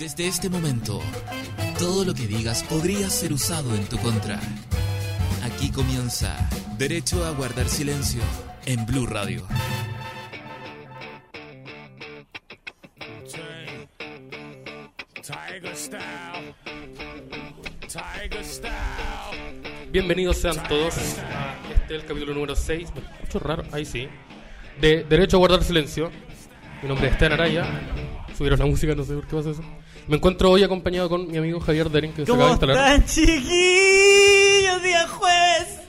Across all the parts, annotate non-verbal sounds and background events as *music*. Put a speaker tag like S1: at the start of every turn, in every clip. S1: Desde este momento, todo lo que digas podría ser usado en tu contra. Aquí comienza Derecho a guardar silencio en Blue Radio.
S2: Bienvenidos sean todos a este el capítulo número 6. Me escucho raro, ahí sí. De Derecho a guardar silencio. Mi nombre es Esteban Araya. Subieron la música, no sé por qué pasa eso. Me encuentro hoy acompañado con mi amigo Javier Derín, que se acaba de
S3: ¿Cómo
S2: instalar.
S3: están, chiquillos, día juez?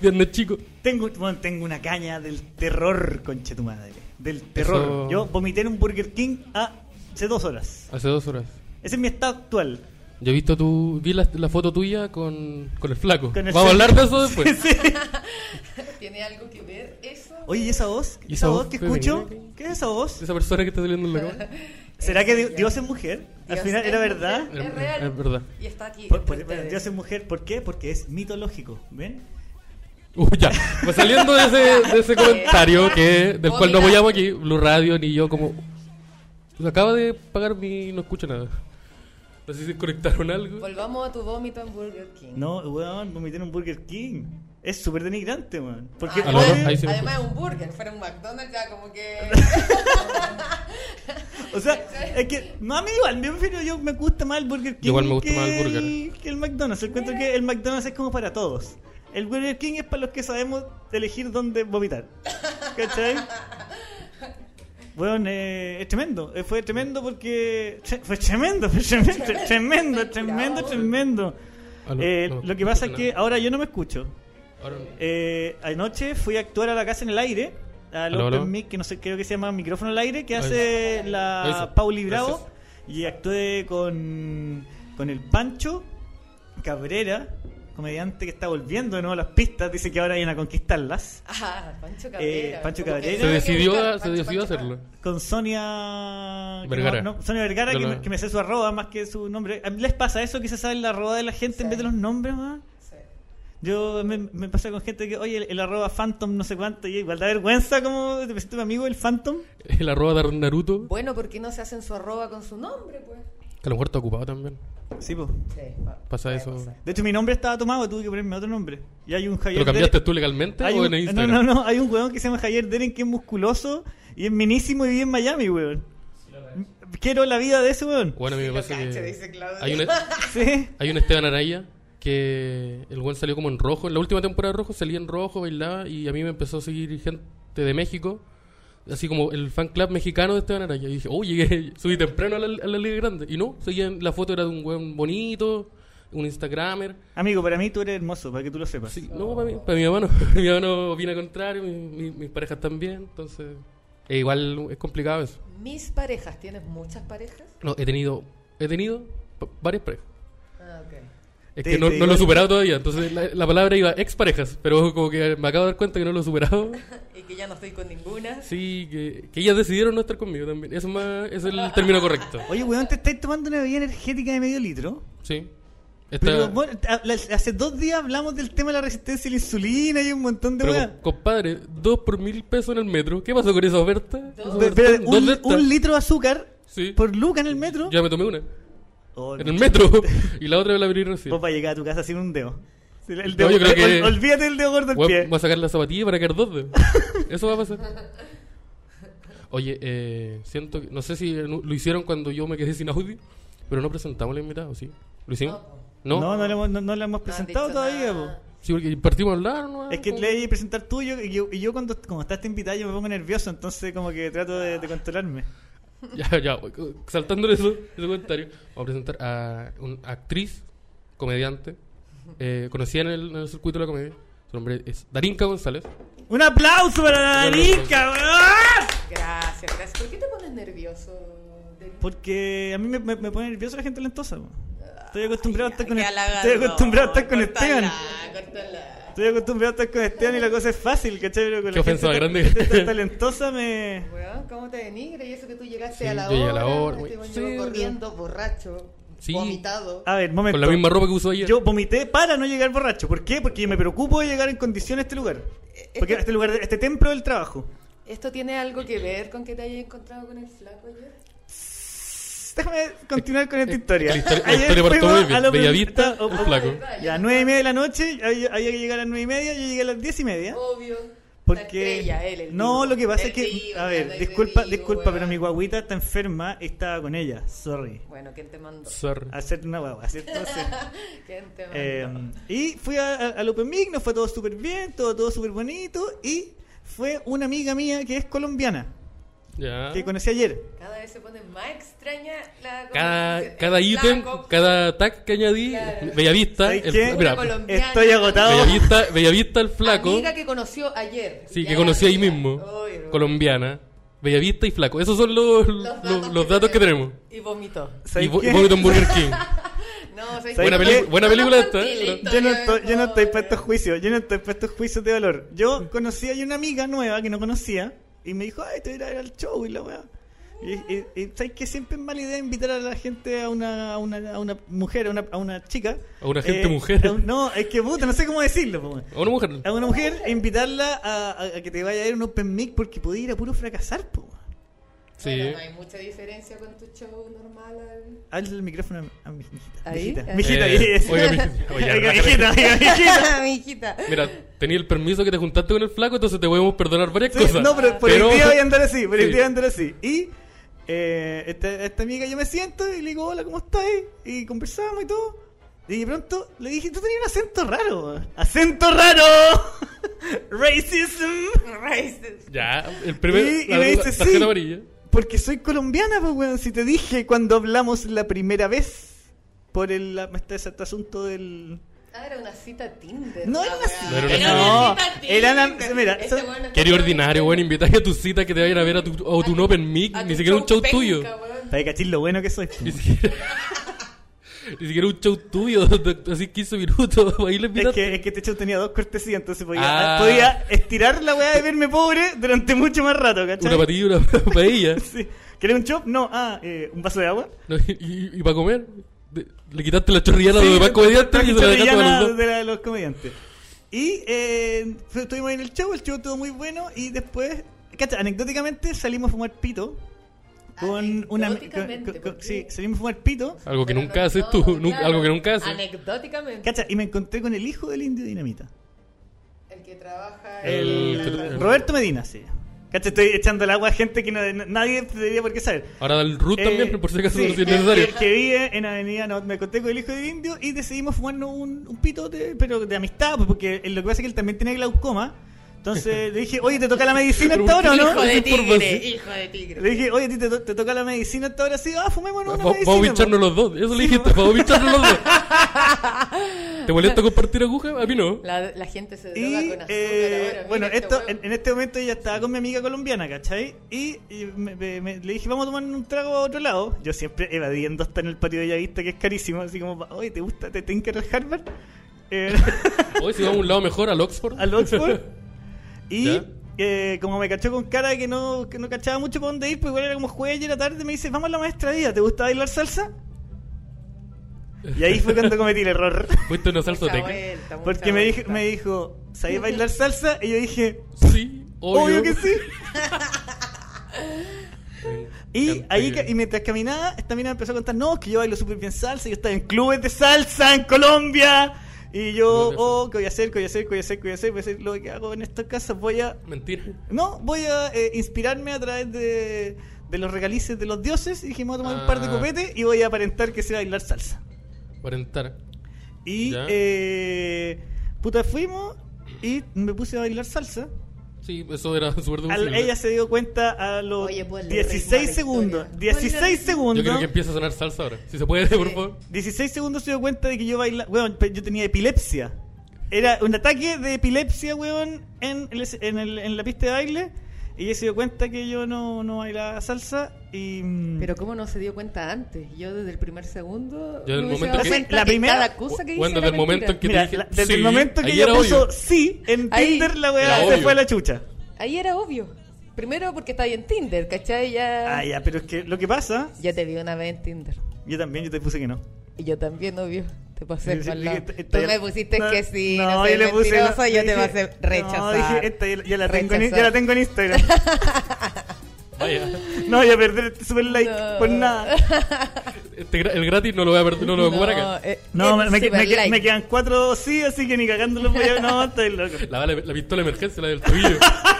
S2: Viernes chico.
S3: Tengo, bueno, tengo una caña del terror, conche tu madre. Del terror.
S2: Eso-
S3: Yo vomité en un Burger King hace dos horas.
S2: Hace dos horas.
S3: Ese es mi estado actual.
S2: Yo he visto tu. Vi la, la foto tuya con, con el flaco.
S3: Con el
S2: Vamos a
S3: flaco.
S2: hablar de eso después.
S3: *laughs* Sí.
S4: ¿Tiene algo que ver eso?
S3: Oye, ¿y esa voz?
S2: ¿Y
S3: ¿Esa
S2: esa
S3: voz
S2: voz
S3: que
S2: femenina?
S3: escucho? ¿Qué es esa voz?
S2: Esa persona que está saliendo en la
S3: *laughs*
S2: cama.
S3: ¿Será que di-
S4: Dios-
S3: Dios es mujer? Al
S4: Dios
S3: final
S4: es
S3: era
S4: mujer,
S3: verdad. Pues,
S2: Era-
S4: Es real.
S2: es verdad.
S4: Y está aquí.
S3: Por- por-
S4: entre ustedes.
S3: Dios es mujer, ¿por qué? Porque es mitológico, ¿ven?
S2: Uh, ya. Pues saliendo de ese, de ese comentario que, del cual no
S4: Vomitar.
S2: apoyamos aquí, Blue Radio ni yo, como. Pues acaba de pagar mi. No escucho nada. No sé si conectaron algo.
S4: Volvamos a tu vómito en Burger King.
S3: No, weón, vomité en un Burger King. Es súper denigrante, weón. Porque
S2: Ah, no,
S4: además,
S2: ahí sí me
S4: eh, además es un burger, fuera un McDonald's ya como que...
S3: *laughs* O sea, es que no a mí igual, me prefiero, yo me gusta más el Burger King.
S2: Igual me gusta
S3: que
S2: más el burger.
S3: que el McDonald's. Encuentro que el McDonald's es como para todos. El Burger King es para los que sabemos elegir dónde vomitar. ¿Cachai? Bueno, eh, es tremendo, eh, fue tremendo porque... tre- Fue tremendo, fue tremendo, tremendo, tremendo, tremendo.
S2: Ah, no,
S3: Eh,
S2: no,
S3: lo que
S2: no
S3: pasa es
S2: escucho
S3: que
S2: nada.
S3: ahora yo no me escucho.
S2: Ahora no.
S3: Eh, anoche fui a actuar a la casa en el aire, al
S2: Aló,
S3: Open
S2: aló.
S3: Mic, que no sé, creo que se llama micrófono al aire, que
S2: Ahí.
S3: hace
S2: Ahí
S3: la
S2: está.
S3: Pauli Bravo.
S2: Gracias.
S3: Y actué con, con el Pancho Cabrera, comediante que está volviendo de nuevo a las pistas, dice que ahora viene a conquistarlas.
S4: Ah, Pancho Cabrera.
S3: Eh, Pancho
S4: Como que
S3: Cabrera.
S2: Se decidió,
S4: Pancho,
S2: a- se
S4: Pancho,
S2: decidió a
S4: Pancho.
S2: hacerlo.
S3: Con Sonia que
S2: Vergara.
S3: no- no, Sonia Vergara,
S2: Yo
S3: que,
S2: la-
S3: me, que me sé su arroba más que su nombre. ¿A mí les pasa eso que se sabe la arroba de la gente en
S4: Sí.
S3: vez de los nombres? más?
S4: Sí.
S3: Yo me, me pasa con gente que, oye, el, el arroba Phantom no sé cuánto, y igual da vergüenza como te presento a mi amigo el Phantom.
S2: El arroba de Naruto.
S4: Bueno, ¿por qué no se hacen su arroba con su nombre, pues?
S2: Que a lo mejor está ocupado también.
S3: Sí, po.
S4: Sí, va-
S2: Pasa
S4: puede
S2: eso.
S4: pasar.
S3: De hecho, mi nombre estaba tomado, tuve que ponerme otro nombre. Y hay un
S2: ¿Te
S3: Javier.
S2: lo cambiaste
S3: Deren-
S2: tú legalmente
S3: hay
S2: o
S3: un-
S2: en
S3: No,
S2: Instagram?
S3: no, no, hay un weón que se llama Javier Deren que es musculoso y es minísimo y vive en Miami, weón. Quiero la vida de ese weón.
S2: Bueno, a mí me
S4: Sí, lo
S2: pasa
S4: cacho,
S2: que
S4: dice Claudio.
S2: hay, una-
S3: Sí.
S2: hay un Esteban Araya que el buen salió como en rojo. En la última temporada de rojo salía en rojo, bailaba y a mí me empezó a seguir gente de México. Así como el fan club mexicano de Esteban Araya. Y dije, oh, llegué, *laughs* subí temprano a la, a la Liga Grande. Y no, seguía en- la foto era de un weón bonito, un Instagramer.
S3: Amigo, para mí tú eres hermoso, para que tú lo sepas.
S2: Sí, no, para, mí, para mi mamá no. *laughs* mi mamá no opina contrario, mi- mi- mis parejas también. Entonces, e igual es complicado eso.
S4: Mis parejas, ¿tienes muchas parejas?
S2: No, he tenido, he tenido pa- varias parejas.
S4: Ah, ok.
S2: Es
S3: Te-
S2: que no,
S3: te
S2: no
S3: digo-
S2: lo he superado todavía. Entonces la, la palabra iba exparejas, pero como que me acabo de dar cuenta que no lo he
S3: *laughs*
S2: superado.
S4: *laughs* Y que ya no estoy con ninguna.
S2: Sí, que, que ellas decidieron no estar conmigo también. Eso es más, es el término correcto.
S3: Oye, weón, te estáis tomando una bebida energética de medio litro.
S2: Sí. Esta-
S3: Pero bueno, a- la- hace dos días hablamos del tema de la resistencia a la insulina y un montón de
S2: pero,
S3: weas.
S2: compadre, dos por mil pesos en el metro. ¿Qué pasó con esa oferta?
S4: Dos.
S2: Esa
S3: Pe-
S2: oferta,
S3: pero
S2: dos de
S3: un,
S2: estas.
S3: un litro de azúcar
S2: Sí.
S3: por Luca en el metro.
S2: Yo ya me tomé una.
S3: Oh,
S2: En el
S3: no. *laughs*
S2: metro. y la otra la abrí recién.
S3: Vos vas a llegar a tu casa sin un dedo. Si El el
S2: No,
S3: dedo
S2: yo creo que-
S3: ol- Olvídate del dedo gordo del
S2: Voy a,
S3: pie.
S2: voy a sacar la zapatilla para caer dos dedos. Eso va a pasar. Oye, eh, siento que. No sé si en- lo hicieron cuando yo me quedé sin audio, pero no presentamos al invitado, ¿sí? ¿Lo hicimos? No.
S3: No, no, lo hemos, no, no lo hemos
S4: No han
S3: presentado
S4: dicho
S3: todavía.
S4: nada.
S3: po.
S2: Sí, porque partimos a hablar, ¿no?
S3: Es que le voy a presentar tú y yo, y yo, y yo cuando, como estás te invitado yo me pongo nervioso, entonces como que trato de, de controlarme.
S2: Ya, ya, saltándole eso, ese comentario. Vamos a presentar a una actriz, comediante, eh, conocida en el, en el circuito de la comedia. Su nombre es Darinka González.
S3: ¡Un aplauso para la Darinka, weón!
S4: Gracias, gracias. ¿Por qué te pones nervioso? Denis?
S3: Porque a mí me, me- me pone nervioso la gente talentosa. po. Estoy acostumbrado a estar con,
S4: Qué
S3: el-
S4: halagador.
S3: estoy acostumbrado a estar con
S4: Córtala,
S3: Esteban.
S4: córtala.
S3: Estoy acostumbrado a estar con Esteban y la cosa es fácil, ¿cachai? Pero con
S2: Qué
S3: la
S2: ofensa
S3: gente
S2: más grande.
S3: tan- gente tan talentosa me...
S4: Weón, ¿cómo te denigre? Y eso que tú llegaste
S2: Sí,
S4: a la
S2: yo
S4: hora.
S2: llegué a la hora,
S4: este
S2: güey.
S4: weón
S2: Sí,
S4: llegó
S2: pero-
S4: corriendo, borracho,
S2: Sí.
S4: vomitado.
S3: A ver, momento.
S2: Con la misma ropa que usó ayer.
S3: Yo vomité para no llegar borracho. ¿Por qué? Porque yo me preocupo de llegar en condición a este lugar.
S4: Eh,
S3: Porque este lugar, este templo del trabajo.
S4: ¿Esto tiene algo que ver con que te hayas encontrado con el flaco ayer?
S3: Déjame continuar con esta historia.
S2: La historia, la
S3: Ayer
S2: historia partió
S3: fuimos
S2: muy
S3: a
S2: bien.
S3: la
S2: Bellavista,
S3: prevista-
S2: un
S3: o-
S2: flaco.
S4: Detalle,
S3: Ya, nueve y media de la noche, había había que llegar a las nueve y media, yo llegué a las diez y media.
S4: Obvio.
S3: Porque...
S4: Oh, La estrella, él, el
S3: no,
S4: vivo.
S3: lo que pasa
S4: El
S3: es que,
S4: vivo,
S3: a
S4: la
S3: ver,
S4: del
S3: disculpa,
S4: vivo,
S3: disculpa,
S4: weón.
S3: pero mi guaguita está enferma, estaba con ella, sorry.
S4: Bueno, ¿quién te mandó? *laughs*
S2: Sorry.
S3: Hacer una guagua, ¿cierto? Entonces,
S4: ¿Quién te mandó?
S3: eh, y fui a- a- al Open Mic, nos fue todo súper bien, todo, todo súper bonito, y fue una amiga mía que es colombiana,
S2: Ya.
S3: que conocí ayer.
S4: Cada vez se pone más extraña la
S2: Cada,
S4: conversación.
S2: cada
S4: El
S2: ítem,
S4: flaco,
S2: cada tag que añadí,
S4: pues. Claro.
S2: Bellavista,
S3: ¿Sabes
S2: el-
S3: qué?
S2: mira,
S4: Colombiana.
S3: Estoy agotado.
S2: Bellavista, Bellavista el flaco,
S4: Amiga que conoció ayer.
S2: sí,
S4: Ya
S2: que
S4: era
S2: conocí ahí
S4: amiga.
S2: mismo,
S4: Ay, no.
S2: colombiana, Bellavista y flaco. Esos son los, los, los datos, que tenemos.
S4: Y vomitó.
S2: Y
S3: ¿Sabes
S2: vo-
S3: qué?
S2: y vómito en Burger King.
S4: No, ¿sabes
S3: Buena
S4: qué?
S3: peli-
S2: buena película esta, ¿eh?
S4: Sí, la
S2: Yo
S3: Yo no,
S4: historia
S3: estoy,
S4: es
S3: yo no estoy para
S4: como-
S3: estos juicios, yo no estoy para estos juicios de valor. Yo conocí a una amiga nueva que no conocía y me dijo, ay, te voy a ir a ver al show y la weá. Y, y- y sabes que siempre es mala idea invitar a la gente a una, a una, a una mujer, a una, a una chica.
S2: A
S3: *laughs*
S2: una gente mujer.
S3: a un- no, Eh, es que puta, no sé cómo decirlo. po, weón.
S2: A una mujer.
S3: A una mujer e invitarla a, a- a que te vaya a ver un open mic porque podía ir a puro fracasar, po. weón.
S2: Sí.
S4: Bueno, no hay mucha diferencia con tu show normal. al-
S3: Hazle el micrófono a, a mi hijita.
S4: Ahí,
S3: Mijita,
S4: ahí.
S3: mijita,
S2: Eh,
S3: y-
S2: oiga,
S3: *laughs*
S2: mi- oiga,
S3: Oiga,
S2: rájale.
S3: mijita, oiga, *laughs*
S4: *laughs*
S3: mijita.
S4: Mi hijita.
S2: Mira, tenía el permiso que te juntaste con el flaco, entonces te podemos perdonar varias
S3: Sí,
S2: cosas.
S3: No, pero por
S2: Pero-
S3: el día
S2: *laughs*
S3: voy a andar así, por
S2: Sí.
S3: el día voy a andar así. Y eh, esta, esta amiga yo me siento y le digo, hola, ¿cómo estás? Y conversamos y todo. Y de pronto le dije, tú tenías un acento raro. ¡Acento raro! *laughs* Racism.
S4: Raíces.
S2: Ya, el primer.
S3: Y- y
S2: la-
S3: me dice,
S2: la
S3: sí.
S2: tarjeta amarilla.
S3: Porque soy colombiana, pues, weón. Si te dije cuando hablamos la primera vez por el la- este, este asunto del...
S4: Ah, era una cita Tinder.
S3: No
S4: la
S3: era una
S4: weá.
S3: cita.
S2: No era una
S3: No,
S4: cita Tinder.
S3: era la- mira,
S4: Este
S3: son-
S4: weón no
S2: Qué
S4: está-
S2: ordinario, weón. Invitar a tu cita que te vayan a ver a tu, a tu
S4: A-
S2: open mic.
S4: a
S2: Ni
S4: tu
S2: siquiera un show
S4: penca,
S2: tuyo.
S4: weón.
S3: Para que cachis lo bueno que soy. pues.
S2: Ni siquiera, ni siquiera un show tuyo. *laughs* de- Así 15 minutos. *laughs* Ahí le
S3: Es
S2: invitaste.
S3: que, es que este show tenía dos cortesías, entonces podía,
S2: Ah.
S3: podía estirar la weá de verme pobre durante mucho más rato, ¿cachai?
S2: Una patilla y una *laughs* paella.
S3: *laughs* Sí. ¿Querés un chop? No, ah, eh, un vaso de agua.
S2: No, y, para comer. De- le quitaste la chorrillana
S3: Sí,
S2: de más comediantes
S3: traje
S2: y se la dejaste para
S3: chorrillana
S2: los dos.
S3: de la de los comediantes. Y eh, fue- estuvimos ahí en el show, el show estuvo muy bueno y después, cacha, anecdóticamente salimos a fumar pito. Con una. con-
S4: Anecdóticamente,
S3: con-
S4: ¿por
S3: con-
S4: qué?
S3: sí, salimos a fumar pito.
S2: Algo que
S4: Pero
S2: nunca
S4: no-
S2: haces
S4: no,
S2: tú.
S4: claro.
S2: nunca- Algo que nunca haces.
S4: Anecdóticamente.
S3: Cacha, y me encontré con el hijo del indio dinamita.
S4: El que trabaja.
S2: El-
S4: en la-
S2: el-
S3: Roberto Medina, sí. Cacha, estoy echando el agua a gente que no- nadie debería por qué saber.
S2: Ahora da el root
S3: Eh,
S2: también, pero por si acaso
S3: sí,
S2: no es
S3: el-
S2: necesario.
S3: *laughs* El que vive en Avenida, no, me conté con el hijo de indio y decidimos fumarnos un, un pito, de- pero de amistad, pues, porque eh, lo que pasa es que él también tiene glaucoma.
S2: *laughs*
S3: Entonces le dije, oye, ¿te toca la medicina
S2: Pero
S3: hasta ahora o
S2: ¿por
S3: no?
S4: Hijo de
S2: Esa información.
S4: tigre, hijo de tigre.
S3: *laughs* Le dije, oye, ¿a ti te, to- te toca la medicina hasta ahora? Sí, ah, fumémonos una
S2: Va-
S3: medicina.
S2: Vamos a pincharnos los dos. Eso le dijiste, vamos a pincharnos los dos.
S4: *laughs*
S2: ¿Te molesta compartir aguja? A mí no.
S4: La, la gente se
S3: Y,
S4: droga con azúcar
S3: eh,
S4: ahora.
S3: bueno,
S4: mira
S3: esto,
S4: este
S3: en,
S4: huevo.
S3: en este momento ella estaba con mi amiga colombiana, ¿cachai? Y, y me- me- me- le dije, vamos a tomar un trago a otro lado. Yo siempre evadiendo hasta en el patio de Bellavista, que es carísimo. Así como, oye, ¿te gusta? ¿Te tinca el Harvard? Eh, *laughs*
S2: Hoy si vamos a un lado mejor, al Oxford. *laughs*
S3: al Oxford. y
S2: Ya.
S3: eh, como me cachó con cara de que no, que no cachaba mucho para dónde ir, pues igual era como jueves y era tarde, me dice, vamos a la maestra Díaz, ¿te gusta bailar salsa? Y ahí fue cuando cometí el error.
S2: Fuiste una
S4: Mucha
S2: salsoteca.
S4: vuelta, mucha
S3: Porque me, dije,
S4: vuelta.
S3: me dijo, ¿sabías bailar salsa? Y yo dije,
S2: Sí, obvio.
S3: obvio, que sí. Y,
S2: Canta
S3: ahí,
S2: bien.
S3: ca- y mientras caminaba, esta mina me empezó a contar, no, que yo bailo súper bien salsa, yo estaba en clubes de salsa en Colombia. Y yo,
S2: No te-
S3: oh, ¿qué voy a hacer? ¿Qué voy a hacer? ¿Qué voy a hacer? ¿Qué voy a hacer? Voy a hacer lo que hago en estas casas, voy a
S2: Mentira.
S3: No, voy a eh, inspirarme a través de, de los regalices de los dioses y dije, me voy a tomar
S2: Ah.
S3: un par de copetes y voy a aparentar que sé bailar salsa.
S2: Aparentar.
S3: Y,
S2: Ya.
S3: eh, puta, fuimos y me puse a bailar salsa.
S2: Sí, eso era súper
S3: Al-
S2: difícil.
S3: ella se dio cuenta a los
S4: Oye, ponle ritmo a la
S3: 16 segundos.
S4: historia.
S3: 16
S2: Yo
S3: segundos.
S2: quiero que empiece a sonar salsa ahora. Si se puede, por favor.
S3: 16 segundos se dio cuenta de que yo bailaba. Weón, pe- yo tenía epilepsia. Era un ataque de epilepsia, weón, en, el- en, el- en la pista de baile. Y ella se dio cuenta que yo no, no bailaba salsa. Y. mm,
S4: Pero cómo no se dio cuenta antes. Yo desde el primer segundo. me
S2: Yo en el
S4: hubiese
S2: momento
S4: dado
S2: que-
S4: cuenta
S3: La
S4: que
S3: primera-
S4: Cada cosa que hice
S2: Bueno,
S4: era
S2: desde el
S4: mentira.
S2: momento que-
S3: mira,
S2: dije,
S3: la- desde
S2: sí,
S3: el momento que
S2: ahí
S3: ella
S2: era
S3: puso
S2: obvio.
S3: sí en
S4: Ahí-
S3: Tinder, la
S2: Era
S3: weá se
S2: obvio.
S3: fue a la chucha.
S4: Ahí era obvio. Primero porque está ahí en Tinder, ¿cachai? Ya,
S3: Ah, ya, pero es que lo que pasa.
S4: ya te vi una vez en Tinder.
S3: Yo también, yo te puse que no.
S4: Y yo también, obvio. Te pasé
S3: Yo
S4: por
S3: dije,
S4: lado.
S3: "Esta- esta
S4: Tú
S3: ya-
S4: me pusiste
S3: no,
S4: que sí.
S3: no,
S4: No, soy
S3: yo le puse
S4: mentiroso,
S3: no,
S4: yo
S3: dije,
S4: te voy a hacer rechazar.
S3: No, dije, esta ya, la- ya la tengo en,
S4: Rechazar.
S3: ya la tengo en Instagram.
S2: Vaya.
S3: No voy a perder este super like
S5: No.
S3: por nada.
S2: Este gra- el gratis no lo voy a perder, no lo voy a ocupar acá.
S5: eh,
S3: No, me,
S5: el
S3: me- me-
S5: super
S3: me-
S5: like.
S3: me quedan cuatro sí, así que ni cagándolo voy a.
S5: *laughs*
S3: No, estoy loco.
S2: La, la- la pistola de emergencia, la del tobillo.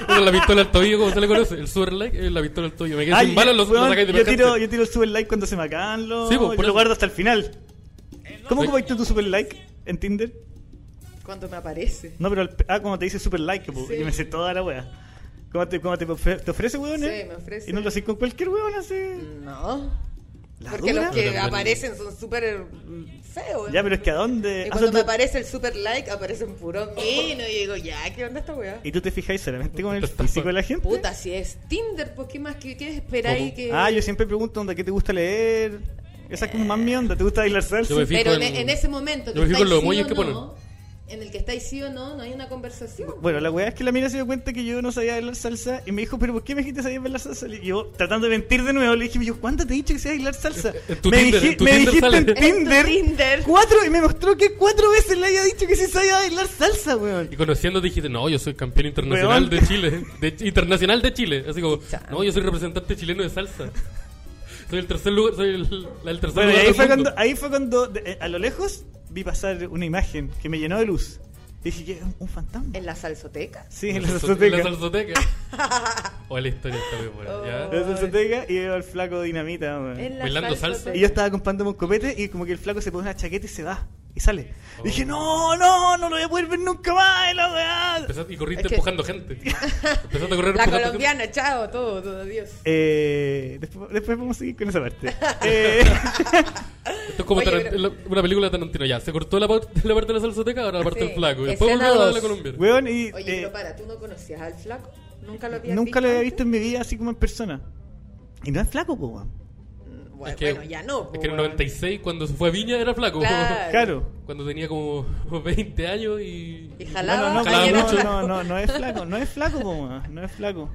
S2: Bueno, la pistola al tobillo, como se le conoce. El super like es la pistola al tobillo. Me quedé
S3: Ay,
S2: sin balas, lo, lo
S3: weón,
S2: sacáis de
S3: yo, tiro,
S2: emergencia.
S3: yo tiro el super like cuando se me acaban los.
S2: Sí, pues, por
S3: y lo
S2: eso.
S3: guardo hasta el final. ¿Cómo
S2: Sí.
S3: ocupas tú tu super like en Tinder?
S5: Cuando me aparece.
S3: No, pero. el- ah, como te dice super like, pues,
S5: Sí.
S3: yo me sé toda la wea. ¿Cómo te, cómo te, ofre- te ofrece, weón?
S5: Sí,
S3: eh?
S5: me ofrece.
S3: Y no lo haces con cualquier weón, así.
S5: No.
S3: La
S5: Porque
S3: dura.
S5: los que
S2: Pero también-
S5: aparecen son súper mm, feos.
S3: Ya, pero es que a dónde.
S5: Y
S3: Ah,
S5: cuando
S3: son
S5: me
S3: tu-
S5: aparece el super like, aparece un puro mino y digo, ya, ¿qué onda esta weá?
S3: ¿Y tú te fijáis solamente con el físico de la gente?
S5: Puta, si es Tinder, pues qué más que qué esperáis
S2: ¿Cómo?
S5: que.
S3: Ah, yo siempre pregunto, onda, ¿qué te gusta leer? Esa es como más mi onda, ¿te gusta bailar salsa?
S2: Yo me fijo
S5: Pero en, e,
S2: en-
S5: en ese momento que
S2: yo me fijo en
S5: estáis
S2: los
S5: sí
S2: emojis
S5: o
S2: que
S5: no, en el que estáis sí o no, no hay una conversación.
S3: Bueno, la weá es que la mina se dio cuenta que yo no sabía bailar salsa y me dijo, ¿pero por qué me dijiste sabía bailar salsa? Y yo, tratando de mentir de nuevo, le dije, yo, ¿cuándo te he dicho que sabía bailar salsa?
S2: en Eh, tu
S3: me
S2: Tinder,
S3: dije-
S2: en tu
S3: me
S2: Tinder
S3: dijiste
S2: sale.
S3: en
S2: En
S5: tu
S3: Tinder,
S5: Tinder.
S3: cuatro y me mostró que cuatro veces le había dicho que sí sabía bailar salsa, weón.
S2: Y conociéndote dijiste, no, yo soy campeón internacional
S3: Weón.
S2: de Chile. De, internacional de Chile. Así como,
S5: Chao.
S2: no, yo soy representante chileno de salsa. Soy el tercer lugar, soy el, la del tercer
S3: Bueno, y
S2: lugar.
S3: ahí
S2: del
S3: fue,
S2: mundo.
S3: cuando, ahí fue cuando, de- eh, a lo lejos, vi pasar una imagen que me llenó de luz. Y dije, ¿qué? ¿Un fantasma?
S5: En la salsoteca.
S3: Sí, en
S2: *laughs*
S3: la
S2: En
S3: salsoteca.
S2: la
S3: *laughs*
S2: salsoteca. o la historia está muy buena. ¿ya?
S3: En la salsoteca y veo al flaco dinamita, weón.
S5: En la
S2: Bailando salsa.
S5: salsoteca.
S3: Y yo estaba comprándome un copete y como que el flaco se pone una chaqueta y se va. Y sale. Y dije, no, no, no lo voy a poder ver nunca más. y La weá.
S2: Empezaste- y corriste
S5: Es que-
S2: empujando gente. Empezaste a correr
S5: La
S2: empujando
S5: colombiana, chao, todo, todo, adiós.
S3: Eh, después, después vamos a seguir con esa parte. Eh,
S2: gente. Esto es como
S5: Oye,
S2: Tarant-
S5: pero-
S2: la- una película de Tarantino. Ya, se cortó la, parte- *laughs* la parte de la salsoteca, ahora la parte
S5: Sí.
S2: del flaco. Y Después
S5: Escena
S2: volvemos a la de la
S5: dos.
S2: colombiana.
S3: weón, y
S5: Oye,
S3: eh,
S5: pero para, ¿tú no conocías al flaco? Nunca lo habías
S3: nunca lo había visto
S5: antes?
S3: en mi vida así como en persona. Y no es flaco, po, weón.
S5: Mm, Bueno,
S2: Es que,
S5: bueno, ya no.
S2: Es
S5: po,
S2: que en el
S5: weón.
S2: 96, cuando se fue a Viña, era flaco.
S5: Claro.
S3: Claro.
S2: *laughs* Cuando tenía como *laughs* 20 años y...
S5: Y jalaba,
S3: Bueno, no,
S2: jalaba
S5: ahí era
S3: no,
S2: mucho.
S5: flaco.
S3: no, no, no es flaco, no es flaco, po, weón, no es flaco.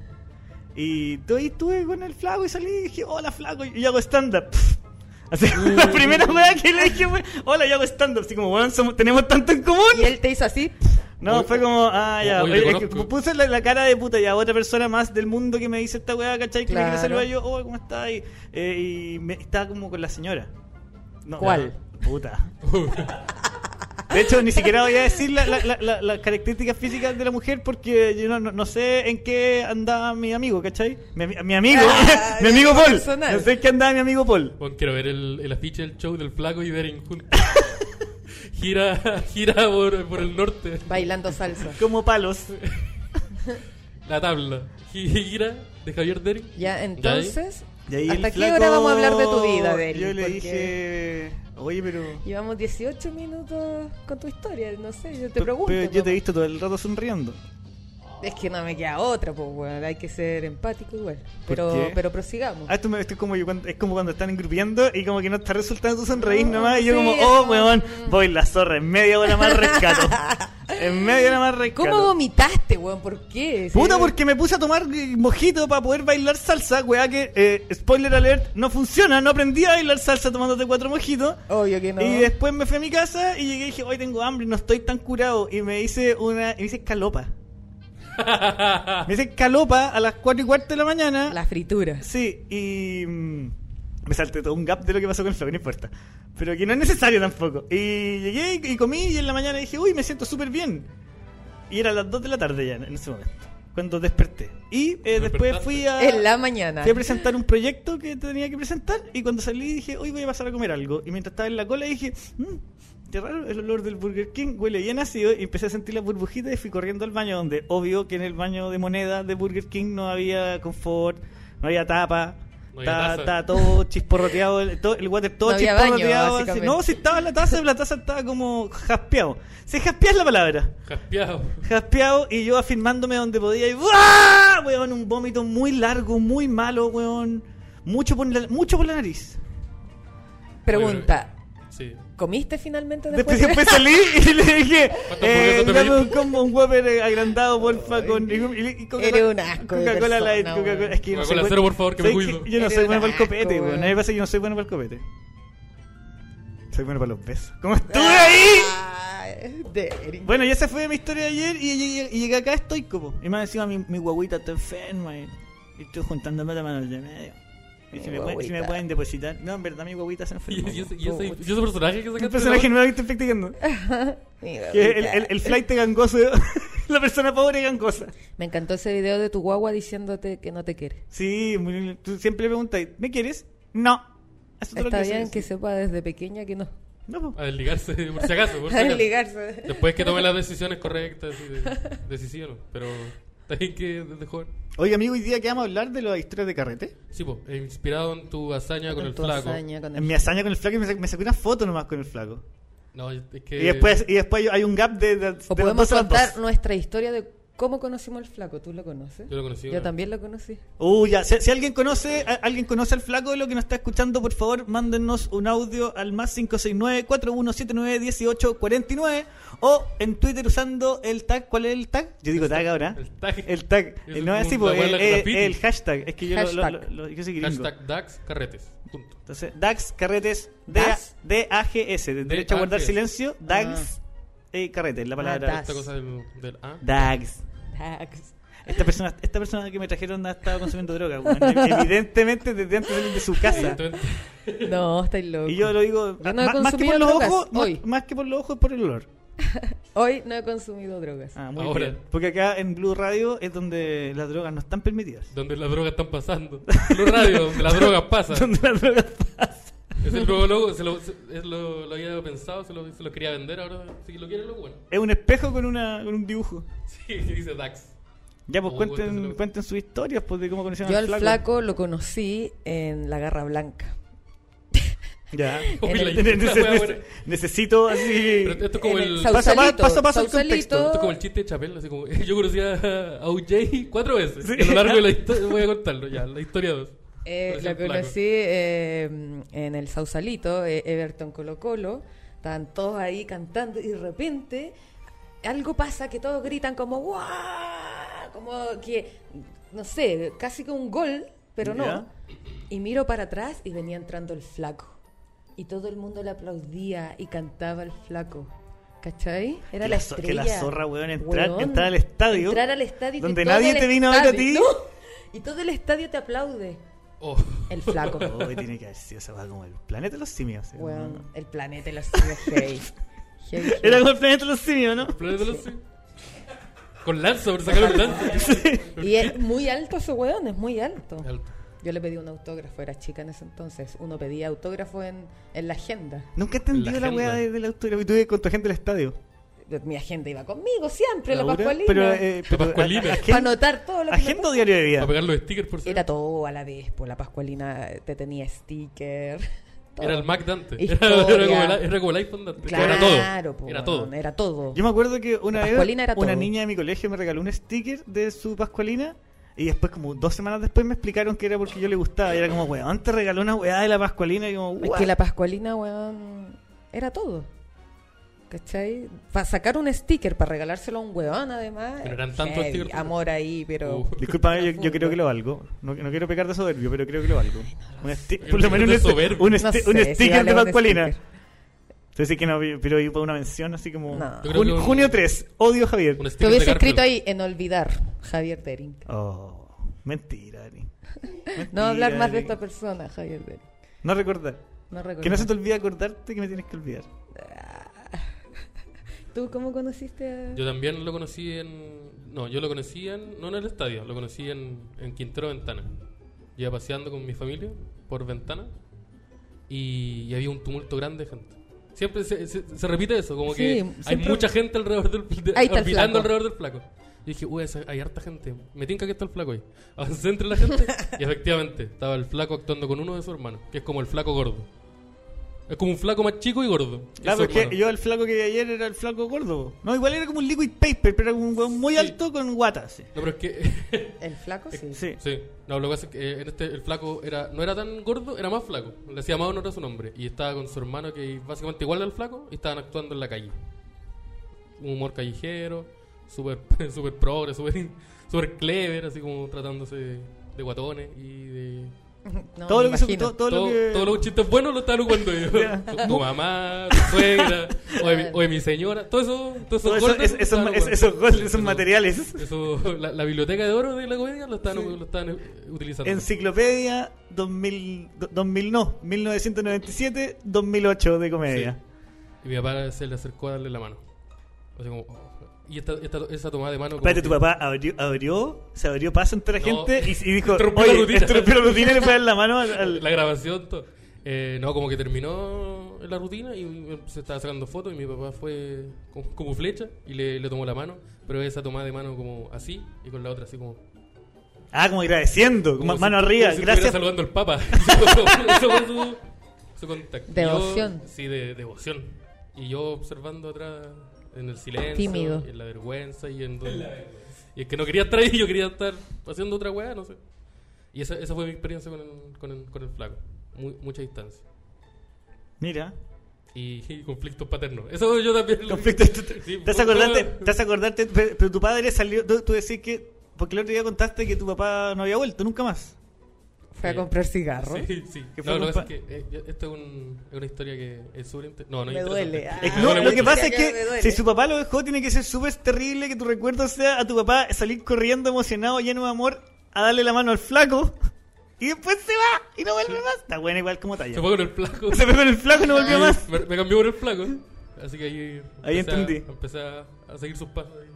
S3: Y tú ahí estuve con el flaco y salí y dije, hola flaco, y yo hago stand-up. *laughs* Así, la primera
S5: Uh.
S3: weá que le dije fue, hola, yo hago stand-up. Así como, weón, somos- tenemos tanto en común.
S5: Y él te hizo así.
S3: No,
S2: Oye,
S3: fue como, ah, ya.
S2: oye, te
S3: oye, es que
S2: conozco.
S3: puse la, la cara de puta ya, otra persona más del mundo que me dice esta weá, ¿cachai? Que me quiere
S5: Claro.
S3: saludar yo, oh, ¿cómo estás? Y, eh, y me, estaba como con la señora. No,
S5: ¿Cuál?
S3: *laughs* Puta. De hecho, ni siquiera voy a decir la- la- la- la- las características físicas de la mujer porque yo no, no- no sé en qué andaba mi amigo, ¿cachai? Mi, ami- mi amigo,
S5: Ah,
S3: *laughs* mi
S5: ya,
S3: amigo
S5: algo
S3: Paul.
S5: personal.
S3: No sé en qué andaba mi amigo Paul.
S2: Juan, quiero ver el, el afiche del show del flaco y Beren
S5: *laughs*
S2: juntos. gira *laughs* gira por, por el norte.
S5: Bailando salsa.
S3: Como palos.
S2: La tabla. Gira de Javier Bering.
S5: Ya, entonces.
S3: Y ahí el
S5: ¿Hasta qué
S3: flaco-
S5: hora vamos a hablar de tu vida, Deli?
S3: Yo le
S5: Porque
S3: dije, oye, pero...
S5: Llevamos 18 minutos con tu historia, no sé, yo te
S3: Pe-
S5: pregunto.
S3: Pero yo te he
S5: nomás.
S3: visto todo el rato sonriendo.
S5: Es que no me queda otra, pues, weón. Hay que ser empático igual.
S3: ¿Por
S5: Pero,
S3: qué?
S5: pero prosigamos.
S3: Ah, esto me, esto es, como yo cuando, es como cuando están engrupiendo y como que no está resultando tu sonreír nomás. Y yo
S5: sí,
S3: como,
S5: es
S3: oh,
S5: como-
S3: weón, voy la zorra, en media hora más rescato.
S5: *laughs*
S3: en media hora más rescato.
S5: ¿Cómo vomitaste, weón? ¿Por qué? Si
S3: Puta,
S5: yo-
S3: porque me puse a tomar eh, mojito para poder bailar salsa, weá, que, eh, spoiler alert, no funciona, no aprendí a bailar salsa tomándote cuatro mojitos.
S5: Obvio que no.
S3: Y después me fui a mi casa y llegué y dije, hoy tengo hambre, no estoy tan curado. Y me hice una, y me hice
S5: *laughs*
S3: calopa. me hice calopa a las cuatro y cuarto de la mañana.
S5: La fritura.
S3: Sí, y mm, me salté todo un gap de lo que pasó con el flaco, no importa. Pero que no es necesario tampoco. Y llegué y, y comí y en la mañana dije, uy, me siento súper bien. Y era las 2 de la tarde ya en ese momento, cuando desperté. Y eh, después
S2: despertaste?
S3: fui a,
S5: En la mañana.
S3: fui a presentar un proyecto que tenía que presentar y cuando salí dije, hoy voy a pasar a comer algo. Y mientras estaba en la cola dije, mmm, qué raro, el olor del Burger King huele bien ácido y empecé a sentir las burbujitas y fui corriendo al baño donde obvio que en el baño de moneda de Burger King no había confort, no había tapa.
S2: No había
S3: Estaba
S2: taza.
S3: estaba todo chisporroteado, el, todo, el water todo
S5: No había baño,
S3: chisporroteado. así.
S5: básicamente.
S3: no, si estaba en la taza, pero la taza estaba como jaspeado. Se jaspea es la palabra
S2: Jaspeado.
S3: jaspeado y yo afirmándome donde podía y ¡buah! Weón, un vómito muy largo, muy malo, weón. Mucho por la, mucho por la nariz.
S5: Pregunta.
S2: Sí.
S5: ¿Comiste finalmente
S3: Después,
S5: después?
S3: después salí y le dije,
S2: ¿Cuántas
S3: eh,
S2: hamburguesas te
S3: dame un
S2: pediste?
S3: combo, un Whopper eh, agrandado, porfa, con... Y, y- y Coca-Cola-
S5: Eres un asco de
S3: Coca-Cola Light,
S5: persona,
S3: Coca-Cola...
S5: weón.
S3: Es que yo no soy
S2: Coca-Cola
S3: buen-
S2: cero, por favor, que me
S3: ¿sabes
S2: cuido.
S3: Yo no
S5: Eres
S3: soy
S5: un
S3: bueno para el
S5: asco,
S3: copete, weón.
S5: weón.
S3: A mí me pasa que yo no soy bueno para el
S5: *laughs*
S3: copete. Soy bueno para los besos. ¿Cómo *laughs* estuve ahí? Bueno, y esa fue mi historia de ayer y, y- y llegué acá estoy como. Y más encima mi, mi guaguita está enferma. Y, Y estoy juntando plata para los de medio. Y
S5: Mi
S3: si, me pueden, si me
S5: guaguita.
S3: pueden depositar. No, en verdad, mi guaguita se
S2: *laughs* Y, *laughs*
S3: enfermó.
S2: y ese, y ese- y ese personaje que sacaste.
S3: Un personaje
S2: ¿no?
S3: nuevo que estoy
S5: *laughs*
S3: practicando.
S5: Mira,
S3: Que el,
S5: mira.
S3: el, el flight gangoso. *laughs* la persona pobre gangosa.
S5: Me encantó ese video de tu guagua diciéndote que no te quiere.
S3: Sí, muy- tú siempre le preguntas, ¿me quieres? No. Eso es todo lo
S5: Está
S3: que
S5: bien
S3: haces.
S5: que sepa desde pequeña que no.
S3: No, po.
S2: A desligarse, por si acaso. *laughs* Por si
S5: *laughs* A
S2: acaso.
S5: desligarse.
S2: Después que tome las decisiones correctas y de- decisiones. Pero está bien que desde joven.
S3: Oye, amigo, hoy día que vamos a hablar de las historias de carrete.
S2: Sí, pues, inspirado en tu hazaña con, el
S5: tu
S2: flaco.
S5: hazaña, con el-
S3: En mi hazaña con el flaco, me sa- me saqué una foto nomás con el flaco.
S2: No, es que.
S3: Y después, y después hay un gap de, de, de
S5: O
S3: dos
S5: podemos
S3: a las dos.
S5: contar nuestra historia de cómo conocimos al flaco. ¿Tú lo conoces?
S2: Yo lo conocí.
S5: Yo
S2: una-
S5: también lo conocí.
S3: Uh, ya. Si, si alguien conoce a- alguien conoce al flaco de lo que nos está escuchando, por favor, mándennos un audio al más 569-4179-1849 o en Twitter usando el tag. ¿Cuál es el tag? Yo digo tag ahora.
S2: El tag.
S3: El tag.
S2: Es
S3: Eh, no es así,
S2: como
S3: pues,
S2: la
S3: eh,
S2: abuela
S3: eh,
S2: graffiti.
S3: el hashtag. Es que yo, lo- lo-
S5: Hashtag.
S3: lo- yo soy gringo.
S2: Hashtag DAX Carretes. Punto.
S3: Entonces, DAX Carretes, D-
S5: ¿Dax?
S3: D-A-G-S, de derecho a guardar
S2: DAGS.
S3: silencio,
S2: Ah.
S3: DAX eh, Carretes, la palabra.
S5: DAX.
S2: Esta cosa del, del A.
S3: DAX.
S5: Tax.
S3: Esta persona, esta persona que me trajeron ha estado consumiendo droga, weón. Evidentemente desde antes de salir de su casa.
S2: Entonces,
S5: No, estáis loco.
S3: Y yo lo digo,
S5: Yo no he
S3: ma- más, que
S5: consumido
S3: por los
S5: drogas
S3: ojos, más,
S5: hoy.
S3: más que por los ojos, por el olor.
S5: Hoy no he consumido drogas.
S3: Ah, muy
S2: Ahora.
S3: bien. Porque acá en Blue Radio es donde las drogas no están permitidas.
S2: donde las drogas están pasando. Los radios, donde las drogas pasan.
S3: *laughs* Donde las drogas
S2: Es el nuevo logo, se lo, se- es lo, lo había pensado, se lo, se lo quería vender ahora. Si lo quieren, lo bueno.
S3: Es un espejo con, una, con un dibujo.
S2: Sí, *laughs* que dice DAX.
S3: Ya, pues
S2: Oh,
S3: cuenten,
S2: cuéntenlo.
S3: cuenten sus historias pues, de cómo conocieron
S5: Yo
S3: al
S5: al flaco lo conocí en la Garra Blanca.
S3: Ya.
S2: *laughs* Uy,
S3: *laughs*
S2: la-
S3: Nece-
S2: la
S3: nece-
S2: wea buena.
S3: necesito así.
S2: *laughs* Pero esto es como
S5: En
S2: el.
S5: Sausalito.
S3: Pasa más- pasa más al
S5: Sausalito.
S3: contexto.
S2: Esto es como el chiste de Chapel, así como *laughs* yo conocía a OJ cuatro veces. A lo largo de la historia, voy a contarlo ya, la historia dos.
S5: Eh,
S2: Por
S5: lo
S2: ejemplo,
S5: conocí eh, en el Sausalito, eh, Everton Colo Colo. Estaban todos ahí cantando y de repente algo pasa que todos gritan como ¡guau! Como que, no sé, casi que un gol, pero no.
S3: Ya.
S5: Y miro para atrás y venía entrando el flaco. Y todo el mundo le aplaudía y cantaba el flaco. ¿Cachai? Era
S3: Que
S5: la
S3: la zo-
S5: estrella.
S3: que la zorra, weón, entrar-
S5: Weón,
S3: entrar al estadio
S5: Entrar al estadio. y que
S3: donde
S5: todo
S3: nadie
S5: el
S3: te vino a ver a ti.
S5: *laughs* ¡No! Y todo el estadio te aplaude.
S2: Oh. *laughs*
S5: El flaco.
S3: Hoy tiene que haber sido esa weá como el planeta de los simios. ¿eh? ¿sí?
S5: Weón, el planeta y
S2: *laughs*
S5: los simios heavy. Heavy, heavy.
S3: Era como el planeta de los simios, ¿no?
S2: Flores de los sí. Con lanza, por sacar un lanza.
S5: Y es muy alto ese weón, es muy alto.
S2: Alto.
S5: Yo le pedí un autógrafo, era chica en ese entonces. Uno pedía autógrafo en, en la agenda.
S3: Nunca he entendido
S2: La
S3: la, weá
S2: agenda.
S3: de, de la autógrafo. Y tuve con tu gente del estadio.
S5: Mi agenda iba conmigo siempre, la,
S3: Laura,
S5: Pascualina.
S3: Pero, eh, pero,
S2: Pascualina. Ah,
S3: a- a-
S5: para
S3: agen-
S5: anotar todo lo que me
S3: agenda o diario de
S2: Para
S3: vida.
S2: pegar los stickers por
S5: pas-
S2: ser.
S5: Era todo a la vez, pues la Pascualina te tenía sticker. *laughs* todo.
S2: Era el Mac Dante. *laughs* Era,
S5: Historia.
S2: era como el, era como el iPhone Dante.
S5: Claro,
S2: era todo.
S5: po,
S2: Era todo.
S5: weón, Era todo.
S3: Yo me acuerdo que una
S5: La
S3: vez
S5: Pascualina era
S3: una
S5: todo.
S3: niña de mi colegio me regaló un sticker de su Pascualina. Y después, como dos semanas después, me explicaron que era porque yo le gustaba. Y era como, weón, te regaló una weá de la Pascualina. Y como,
S5: Es
S3: "What?".
S5: que la Pascualina, weón, era todo. ¿Cachai? Para sacar un sticker, para regalárselo a un weón, además.
S2: Pero eran tantos
S5: heavy,
S2: stickers. pues.
S5: Amor ahí, pero.
S2: Uh.
S5: *laughs*
S3: Disculpame, yo,
S5: Era
S3: yo creo
S5: fútbol.
S3: que lo valgo. No, no quiero pecar de soberbio, pero creo que lo valgo. Un sti-
S2: sé.
S3: por lo menos un,
S2: De
S3: sti-
S2: soberbio.
S3: un,
S5: No
S3: sti-
S5: sé
S3: un
S5: si
S3: sticker
S5: vale
S3: de
S5: un
S3: Pascualina.
S5: sticker.
S3: Entonces, que no, pero yo para una mención así como.
S5: No.
S2: Yo creo que
S3: Jun-
S2: un-
S3: junio 3, odio a Javier.
S2: Un sticker
S5: Te
S2: de
S5: hubiese
S2: Garfield.
S5: escrito ahí en olvidar, Javier Dering.
S3: Oh, mentira, Dani.
S5: *laughs* No
S3: Mentira,
S5: hablar más de pues.
S3: Dani.
S5: esta persona, Javier Dering.
S3: No recordar.
S5: No recuerdo.
S3: Que no se te olvide acordarte que me tienes que olvidar.
S5: ¿Tú cómo conociste a.?
S2: Yo también lo conocí en. No, yo lo conocí en. No en el estadio, lo conocí en, en Quintero Ventana. Yo Iba paseando con mi familia por Ventana y, y había un tumulto grande de gente. Siempre se, se- se repite eso, como
S5: Sí,
S2: que hay
S5: siempre-
S2: mucha gente alrededor del de-
S5: Ahí está el
S2: orbitando
S5: flaco.
S2: alrededor del flaco. Yo dije, uy, esa- hay harta gente. Me tinca que está el flaco ahí. *laughs* Avancé entre la gente y efectivamente estaba el flaco actuando con uno de sus hermanos, que es como el flaco gordo. Es como un flaco más chico y gordo. que
S3: Ah,
S2: su
S3: porque
S2: hermano.
S3: yo el flaco que vi ayer era el flaco gordo. po. No, igual era como un liquid paper, pero era un weón muy
S2: Sí.
S3: alto con guata. Sí.
S2: No, pero es que *laughs*
S5: El flaco, sí.
S3: Sí.
S2: Eh, Sí, no, lo que pasa es que eh, en este, el flaco era, no era tan gordo, era más flaco. Le hacía más honor a su nombre. Y estaba con su hermano que básicamente igual al flaco y estaban actuando en la calle. Un humor callejero, súper *laughs* super progre, súper super clever, así como tratándose de guatones y de
S5: *laughs* No,
S3: todo,
S5: me
S3: lo que, su-
S5: imagino.
S3: todo, todo lo
S2: Todo-
S3: que-
S2: Todos los chistes buenos los estaban ocupando yo.
S3: *laughs*
S2: Tu- Tu mamá, tu suegra, o de, mi, o de mi señora, todo eso. Todo eso
S3: todo eso- es- esos ma- es- esos gol- esos materiales.
S2: Eso, la, la biblioteca de oro de la comedia lo están, lo están eh, utilizando.
S3: Enciclopedia 2000, do- 2000 no, 1997, 2008 de comedia.
S2: Y mi papá se le acercó a darle la mano. Así como. oh, Y esta, esta- esa tomada de mano. como
S3: Espérate, tu
S2: que-
S3: papá abrió, abrió se abrió paso entre la
S2: No.
S3: gente y, y dijo,
S2: Interrumpió la
S3: oye,
S2: rutina".
S3: estropeó la rutina y le fue a dar la mano al... al-
S2: La grabación, todo. Eh, no, como que terminó la rutina y se estaba sacando fotos y mi papá fue con- como flecha y le, le tomó la mano, pero esa tomada de mano como así y con la otra así como...
S3: Ah, como agradeciendo,
S2: como
S3: ma-
S2: si-
S3: mano arriba,
S2: como si estuviera
S3: gracias.
S2: saludando al papa. *laughs* Eso fue su, su contacto. Y yo-
S5: Devoción.
S2: sí, de, devoción. Y yo observando atrás en el silencio,
S5: Tímido.
S2: en la vergüenza y en... donde- Y es que no quería estar ahí, yo quería estar haciendo otra weá, no sé. Y esa, esa fue mi experiencia con el, con el, con el flaco. Mu- mucha distancia.
S3: Mira.
S2: y, y conflictos paternos. Eso yo también.
S3: Conflicto.
S2: *laughs* Sí,
S3: ¿Te has
S2: por-
S3: acordarte? ¿Te has acordarte? Pero pero tu padre salió, tú, tú decís que... Porque el otro día contaste que tu papá no había vuelto nunca más.
S5: Fue a comprar cigarro.
S2: Sí, sí.
S3: ¿Qué fue
S2: No, lo que pasa
S3: culpa?
S2: es que eh, yo- esta es, un- es una historia que es súper inter- No, no es
S5: Me
S2: interesante.
S5: duele, ah.
S3: Es
S2: Me
S3: que no,
S2: duele
S3: lo que
S2: mucho.
S3: pasa es
S5: Ya, me
S3: que
S5: duele.
S3: si su papá lo dejó, tiene que ser súper terrible que tu recuerdo sea a tu papá salir corriendo emocionado, lleno de amor, a darle la mano al flaco y después se va y no vuelve más. Está bueno, igual como talla.
S2: Se fue con el flaco.
S3: *laughs* Se fue con el flaco y no volvió más.
S2: Me, me cambió por el flaco. Así que ahí.
S3: Ahí
S2: empecé
S3: entendí.
S2: A, empecé a, a seguir sus pasos. ahí.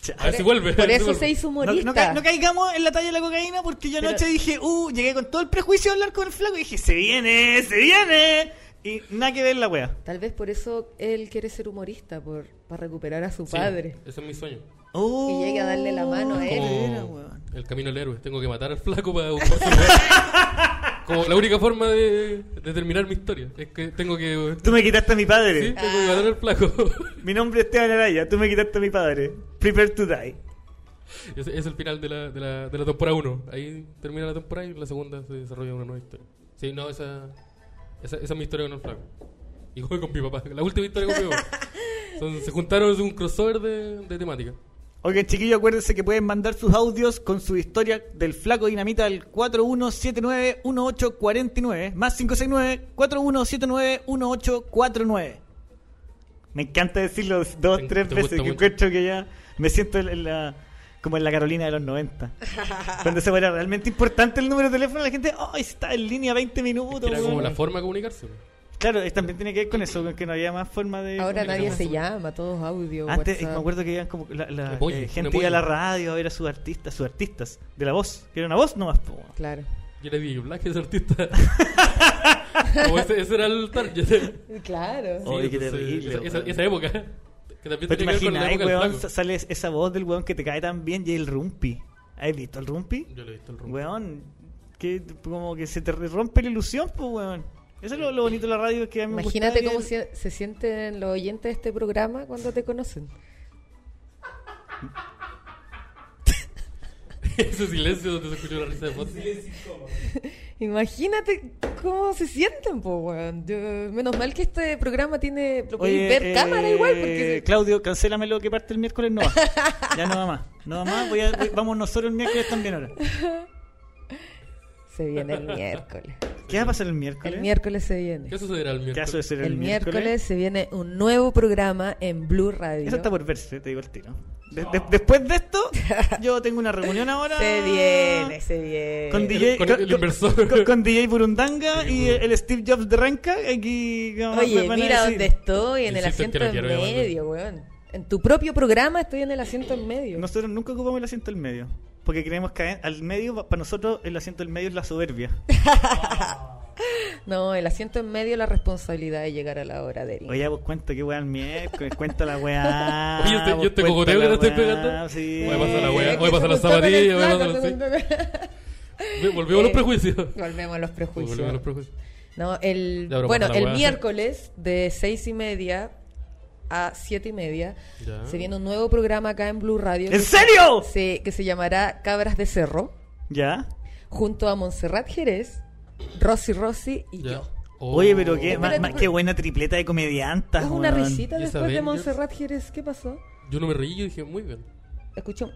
S3: Cha.
S2: A ver si vuelve. a
S5: Por
S2: ver si
S5: eso
S2: vuelve.
S5: se hizo
S3: No,
S5: humorista.
S3: no ca- no caigamos en la talla de la cocaína porque yo anoche dije, uh, llegué con todo el prejuicio a hablar con el flaco y dije, se viene, se viene. Y nada que ver la wea.
S5: Tal vez por eso él quiere ser humorista, por, para recuperar a su
S2: Sí,
S5: padre.
S2: Ese es mi sueño.
S3: Uh,
S5: Y llegue a darle la mano a él.
S2: Como
S3: Era, weón.
S2: el camino del héroe. Tengo que matar al flaco para buscar su
S3: *laughs*
S2: lugar. Como la única forma de, de terminar mi historia. Es que tengo que.
S3: Tú me quitaste a mi padre.
S2: Sí, tengo que matar al flaco.
S3: Mi nombre es Esteban Araya, tú me quitaste a mi padre. Prepare to die.
S2: *laughs* Es, es el final de la, de la, de la temporada 1. Ahí termina la temporada y en la segunda se desarrolla una nueva historia. Sí, no, esa, esa, esa es mi historia con el flaco. Y jugué con mi papá. La última historia con mi papá. Son- se juntaron es un crossover de, de temática.
S3: Oigan, chiquillos, acuérdense que pueden mandar sus audios con su historia del flaco dinamita al 4179-1849, más 569-4179-1849. Me encanta decirlo dos,
S2: Te-
S3: tres
S2: te
S3: veces,
S2: gusta
S3: que
S2: mucho.
S3: encuentro que ya me siento en la, como en la Carolina de los 90. Cuando se era realmente importante el número de teléfono, la gente, ¡ay, está en línea 20
S2: Es
S3: minutos!
S2: que era como
S3: weón".
S2: la forma de comunicarse. ¿no?
S3: Claro, es- también tiene que ver con eso, con que no había más forma de...
S5: Ahora nadie
S3: comunicarse.
S5: se llama, todos audio.
S3: Antes eh,
S5: WhatsApp.
S3: me acuerdo que iban como la, la,
S2: Emoji,
S3: eh,
S2: un
S3: gente
S2: emoji.
S3: iba a la radio a ver a sus artistas, sus artistas de la voz, que era una voz nomás. po.
S5: Claro.
S2: Yo era DJ Black, ese artista. como ese, ese era el target. Sí,
S5: Claro.
S3: Oye, Oh, qué
S2: entonces,
S3: terrible,
S2: Esa, esa-
S3: weón.
S2: esa época. Que también
S3: Pero te
S2: tenía que ver con
S3: imaginas,
S2: la
S3: ahí,
S2: época del
S3: weón,
S2: flaco.
S3: sa- sale esa voz del weón que te cae tan bien y el rumpi. ¿Has visto el rumpi?
S2: Yo le he visto el rumbo.
S3: Weón, que como que se te rompe la ilusión, pues weón. Eso es lo, lo bonito de la radio que a mí me gusta
S5: Imagínate
S3: ver
S5: cómo
S3: el-
S5: se, se sienten los oyentes de este programa cuando te conocen.
S2: *laughs* ese silencio donde se escuchó la risa de fondo.
S5: Imagínate cómo se sienten, po, weón. Yo- menos mal que este programa tiene. Lo podéis
S3: Oye,
S5: ver
S3: eh,
S5: cámara igual, porque.
S3: Claudio, cancélame lo que parte el miércoles, no va. ya no va más. No va más, voy a- voy- vamos nosotros el miércoles también ahora.
S5: Se viene el miércoles.
S3: ¿Qué va a pasar el miércoles?
S5: El miércoles se viene.
S2: ¿Qué sucederá el
S3: ¿Qué
S2: miércoles?
S3: hace de ser
S5: El,
S3: el,
S5: miércoles? se viene un nuevo programa en Blue Radio.
S3: Eso está por verse, te digo el tiro. De- de- después de
S5: *laughs*
S3: esto, yo tengo una reunión ahora.
S5: Se viene, se viene.
S3: Con DJ,
S2: Con
S3: con,
S2: el inversor. pues.
S3: con- con DJ Burundanga y el Steve Jobs de Ranca. Aquí, digamos, me
S5: Oye,
S3: van a
S5: mira
S3: decir.
S5: dónde estoy, en el
S2: Insisto en que
S5: asiento
S2: no
S5: en
S2: quiero llamar.
S5: medio, weón. En tu propio programa estoy en el asiento en medio.
S3: Nosotros nunca ocupamos el asiento del medio. Porque creemos que al medio, pa- para nosotros, el asiento del medio es la soberbia.
S5: No, el asiento en medio es la responsabilidad de llegar a la hora de ir.
S3: Oye, pues cuenta qué weá el miércoles, cuenta la weá.
S2: *laughs* Oye, este-
S3: vos
S2: yo este
S3: cuenta
S2: cogoteo que
S3: la
S2: te estoy
S3: weá,
S2: pegando.
S3: Sí.
S2: Voy a pasar la weá,
S5: Eh,
S2: voy a
S5: que
S2: pasar
S5: se
S2: la
S5: juntó con el
S2: zapatilla, voy a
S5: flaco,
S2: pasar
S5: se
S2: la-
S5: juntó con-
S2: Volvemos a los
S5: Eh,
S2: prejuicios.
S5: Volvemos a los prejuicios.
S2: Volvemos a los prejuicios.
S5: No, el,
S2: Ya, pero
S5: bueno,
S2: pasa la
S5: el
S2: weá.
S5: miércoles de seis y media a siete y media
S2: Ya.
S5: se viene un nuevo programa acá en Blue Radio.
S3: ¿En serio?
S5: Se- que se llamará Cabras de Cerro,
S3: Ya.
S5: junto a Montserrat Jerez, Rosy Rosy y
S2: Ya.
S5: yo.
S2: Oh.
S3: Oye, pero qué,
S5: Espérate,
S3: ma- ma- qué buena tripleta de comediantas.
S5: Es una
S3: weón.
S5: risita
S2: ¿Y
S5: después de
S2: Avengers?
S5: Montserrat Jerez. ¿Qué pasó?
S2: Yo no me reí, yo dije, muy bien.
S5: Escuchó. un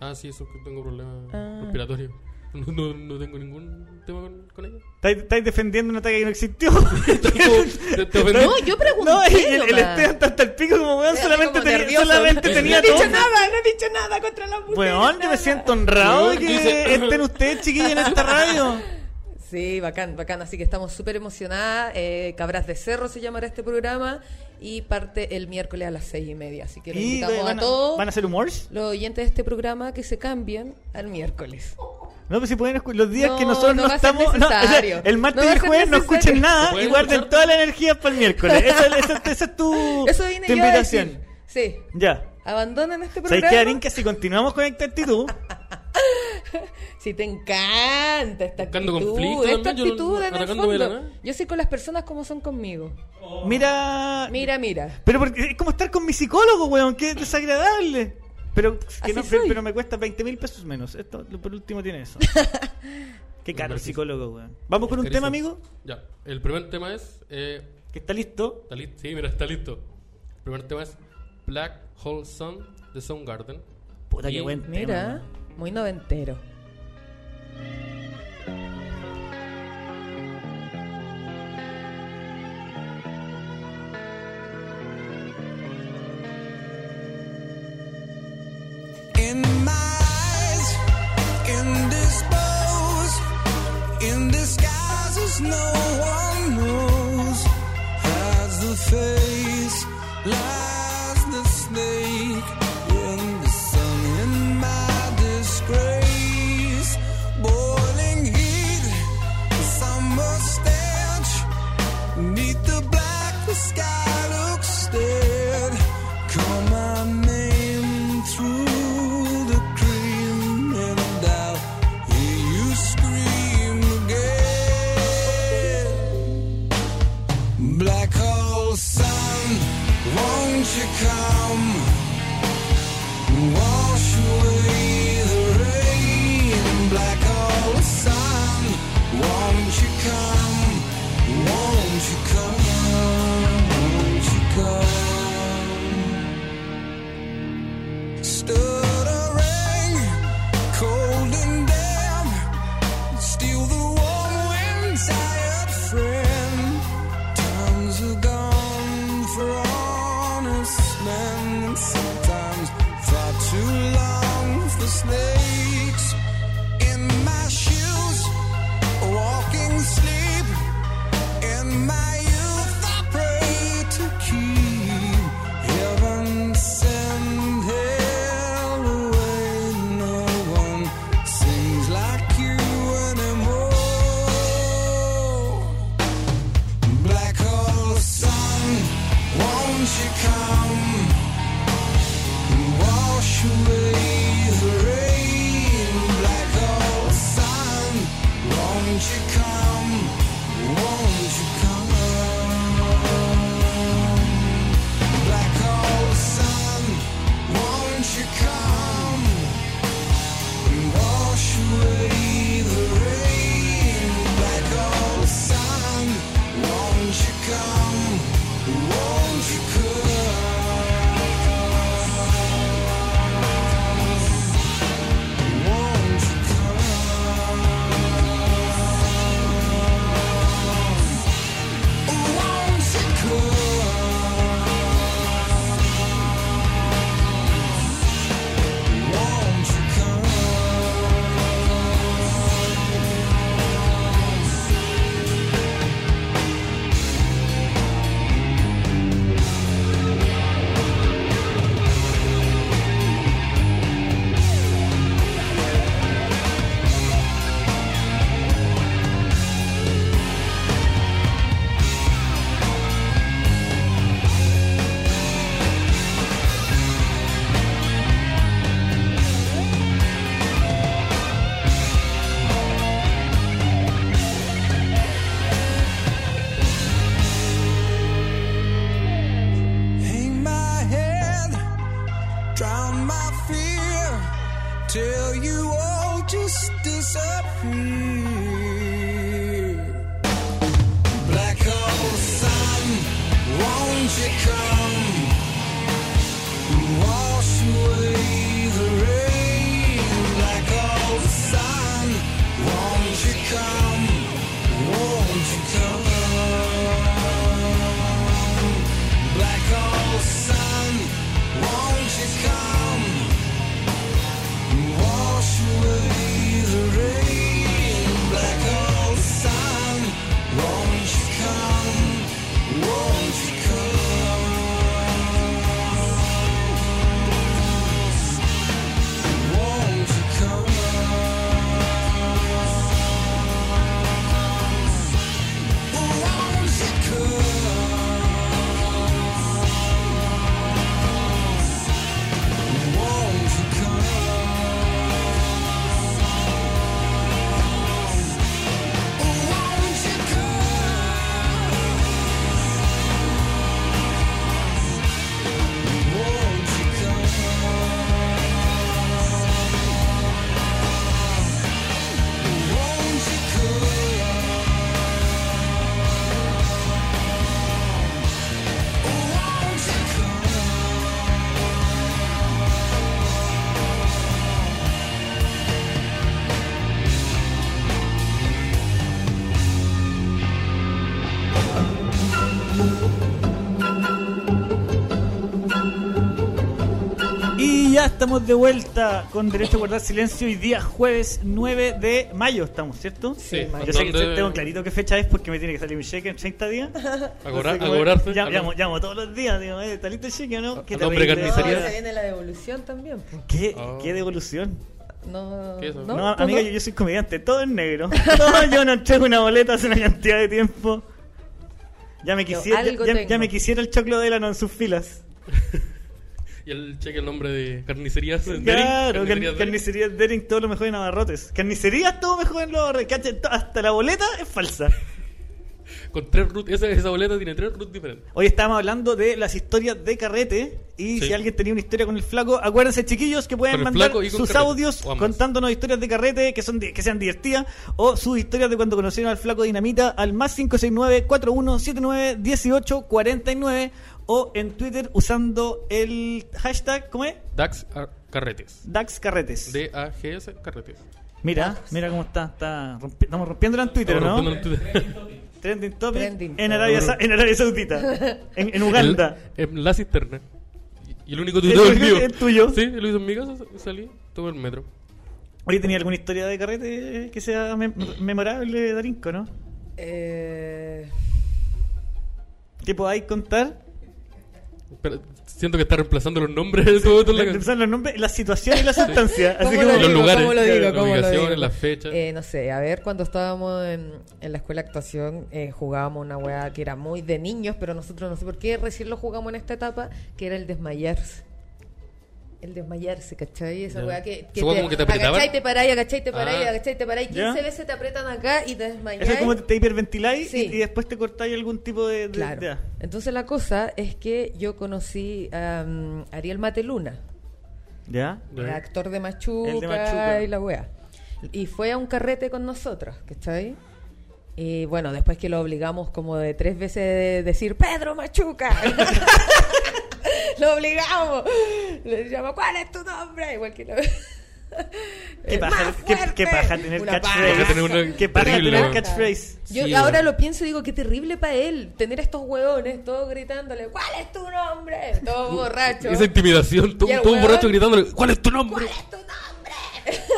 S2: Ah, sí, eso es que tengo problemas
S5: Ah.
S2: respiratorios. No, no, no tengo ningún tema con, con ella.
S3: Estáis estáis defendiendo un ataque que no
S5: *laughs*
S2: *laughs*
S3: existió. *laughs*
S2: ¿Te, te ofendí?
S5: No, yo pregunté.
S3: No, el, el, el
S5: nomás.
S3: Esteban está hasta el pico como weón,
S5: Estoy
S3: solamente,
S5: como
S3: tenía-
S5: nervioso.
S3: solamente tenía
S5: no he
S3: todo.
S5: dicho nada, no he dicho nada contra la mujer.
S3: Weón, yo me
S5: nada.
S3: siento honrado de que
S2: Dice-
S3: estén ustedes, chiquillos, en esta
S5: *laughs*
S3: radio.
S5: Sí, bacán, bacán. Así que estamos súper emocionadas. Eh, Cabras de Cerro se llamará este programa y parte el miércoles a las seis y media. Así que los
S3: Y
S5: invitamos
S3: van
S5: a
S3: a,
S5: todos
S3: van a hacer humors.
S5: los oyentes de este programa que se cambien al miércoles.
S3: No, pues si pueden escuchar los días
S5: No,
S3: que nosotros
S5: no
S3: no,
S5: va a ser
S3: estamos. no, o sea,
S5: necesario.
S3: *laughs* el martes
S5: No va
S3: y
S5: a
S3: el
S5: ser
S3: jueves no
S5: necesario.
S3: escuchen
S2: ¿Lo
S3: nada y
S2: pueden
S3: guarden
S2: escuchar?
S3: toda la energía para el miércoles. Esa, esa- esa es tu,
S5: *laughs* Eso vine
S3: tu
S5: yo a decir.
S3: invitación.
S5: Sí.
S3: Ya.
S5: Abandonen este
S3: ¿Sabes
S5: programa.
S3: qué, Darín? Que si continuamos con esta actitud,
S5: Si te encanta esta
S2: Buscando
S5: actitud,
S2: conflicto
S5: esta
S2: también, yo no-
S5: actitud en el
S2: atacándome de la
S5: fondo.
S2: nada.
S5: Yo soy con las personas como son conmigo.
S3: mira.
S5: Mira, mira.
S3: Pero porque, es como estar con mi psicólogo, weón, que desagradable. Pero, que
S5: Así
S3: no, pero,
S5: soy.
S3: pero me cuesta 20 mil pesos menos. Esto, lo- por último tiene
S5: *laughs*
S3: eso. Qué caro el
S2: Gracias.
S3: psicólogo, weón. Vamos con un
S2: Carísimo.
S3: tema, amigo,
S2: Ya. El primer tema es. eh,
S3: que está listo.
S2: está listo. Sí, mira, está listo. El primer tema es Black Hole Sun de Soundgarden.
S3: Puta, qué
S2: Y-
S3: buen tema.
S5: Mira, muy noventero.
S6: In my eyes, indisposed, in disguises no one knows. Hides the face, lies the snake. In the sun, in my disgrace, boiling heat, summer stench. Neath the black, the sky looks dead. Call my name through the cream, and I'll hear you scream again. Black hole sun, won't you come? Wash away the rain. Black hole sun, won't you come? Won't you come? Won't you come? Stood a ring, cold and damp. Steal the warm wind, tired friend. Times are gone for honest men. Sometimes far too long for snakes. In my shoes, walking sleep. In my youth, I pray to keep heaven send hell away. No one sings like you anymore. Black hole sun, won't you come? Wash away the rain. Black hole sun, won't you come? Won't you come? Black hole sun, won't you come? Wash away the rain. Black hole sun, won't you come? Won't you come? Won't you come? Won't you come? Won't you come? Hang my head, drown my fear, till you all just disappear. Black hole sun, won't you come? Wash away the rain. Black hole sun,
S3: estamos de vuelta con Derecho a Guardar Silencio hoy día jueves 9 de mayo estamos, ¿cierto?
S2: Sí,
S3: Yo sé que
S2: ¿dónde-
S3: tengo clarito qué fecha es porque me tiene que salir mi cheque en 30 días.
S2: A cobrar,
S3: Así
S2: a
S3: como-
S2: cobrarse.
S3: Llamo, llamo, llamo todos los días, digo, eh, ¿está listo el cheque o no?
S2: Al hombre
S3: terrible.
S5: No,
S2: carnicería.
S5: se viene la devolución también. po.
S3: ¿Qué,
S2: Oh.
S3: qué devolución?
S5: No,
S2: ¿Qué es eso?
S3: No,
S5: no, pues
S3: amiga,
S5: no.
S3: Yo, yo soy comediante, todo en negro. No, yo no entrego una boleta hace una cantidad de tiempo. Ya me
S5: Yo
S3: quisiera,
S5: algo
S3: ya, ya- ya
S5: tengo.
S3: me quisiera el choclo de Elano en sus filas.
S2: Y él cheque el nombre de carnicerías. Dering,
S3: Claro,
S2: carnicerías
S3: carnicería
S2: Dering.
S3: carnicerías Dering, todo lo mejor en abarrotes. Carnicerías, todo mejor en los abarrotes. Cacha, to- Hasta la boleta es falsa.
S2: Con tres routes. Esa, esa boleta tiene tres routes diferentes.
S3: Hoy estábamos hablando de las historias de carrete. Y
S2: Sí.
S3: si alguien tenía una historia con el flaco, acuérdense, chiquillos, que pueden
S2: Con el
S3: mandar
S2: flaco y con
S3: sus
S2: carrete,
S3: audios
S2: o ambas.
S3: contándonos historias de carrete que son di- que sean divertidas o sus historias de cuando conocieron al flaco dinamita al más 569-4179-1849 o en Twitter usando el hashtag, ¿cómo es?
S2: Dax Ar- Carretes.
S3: Dax Carretes.
S2: D-A-G-S Carretes.
S3: Mira, mira cómo está. está rompi- estamos rompiéndola en Twitter,
S2: Estamos
S3: ¿no?
S2: rompiendo el Twitter.
S3: Trending topic
S5: Trending
S3: en,
S5: topic.
S3: Arabia, Sa- en Arabia Saudita, en, en *laughs* Uganda.
S2: El- en la cisterna. Y el único tuiteo es
S3: único
S2: mío.
S3: que es tuyo.
S2: Sí, lo hice en mi casa, salí, tuve el metro.
S3: Oye, ¿tenía alguna historia de carrete que sea mem- memorable, Darinco, no?
S5: Eh,
S3: ¿Qué podáis contar?
S2: Pero siento que está reemplazando los nombres *laughs* de todo esto en la casa.
S3: Empezar los nombres, la situación y la sustancia. Así como-
S5: ¿Cómo lo
S2: Los
S5: digo?
S2: lugares,
S5: ¿Cómo lo
S2: las
S5: digo? ¿Cómo lo digo?
S2: ubicaciones, las fechas.
S5: Eh, no sé, a ver, cuando estábamos en, en la escuela de actuación, eh, jugábamos una weá que era muy de niños, pero nosotros no sé por qué recién lo jugamos en esta etapa, que era el desmayarse. El desmayarse, ¿cachai? Esa
S2: Ya.
S5: weá que,
S2: Esa weá como que te apretaban.
S5: agachai, te paráis, agachai, te paráis,
S2: Ah.
S5: agachai, te paráis, 15
S3: Ya.
S5: veces te apretan acá y te desmayáis.
S3: Eso es como te hiperventiláis
S5: Sí.
S3: y, y después te cortáis algún tipo de... de-
S5: Claro.
S3: de-
S5: Entonces la cosa es que yo conocí a um, Ariel Mateluna.
S3: ¿Ya?
S5: Era actor de Machuca,
S3: ¿Eh? El de Machuca.
S5: y la wea. Y fue a un carrete con nosotros, ¿cachai? Y bueno, después que lo obligamos como de tres veces de decir,
S3: *laughs*
S5: Pedro Machuca. *laughs* lo obligamos. Le decíamos, ¿cuál es tu nombre? Igual que lo...
S3: ¿Qué
S5: Eh,
S3: paja,
S5: ¡más
S3: qué,
S5: fuerte!
S3: qué paja tener
S5: Una
S3: catchphrase.
S5: paja.
S2: Paja tener una
S3: Qué paja
S2: terrible,
S3: tener
S2: weón.
S3: catchphrase.
S5: Yo
S2: Sí,
S5: ahora
S2: bueno.
S5: lo pienso y digo, qué terrible para él tener estos hueones todos gritándole, ¿cuál es tu nombre? Todo borracho.
S2: Esa intimidación, todo,
S5: Y el
S2: todo un
S5: weón-
S2: borracho gritándole, ¿cuál es tu
S5: ¿Cuál
S2: nombre?
S5: es tu nombre?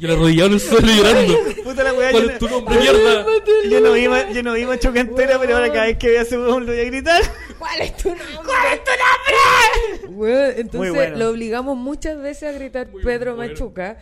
S2: Y el arrodillado en el suelo llorando.
S3: Puta la weá, yo,
S2: ¿Cuál es tu
S3: no-
S2: nombre,
S5: *laughs*
S2: mierda?
S3: *laughs* yo no vi ma- yo no vi machuca entera, pero ahora cada vez que vea ese weón lo voy a gritar.
S5: ¿Cuál es tu nombre? ¿Cuál es tu nombre? entonces
S3: Muy bueno.
S5: lo obligamos muchas veces a gritar
S2: Muy
S5: Pedro
S2: bueno.
S5: Machuca.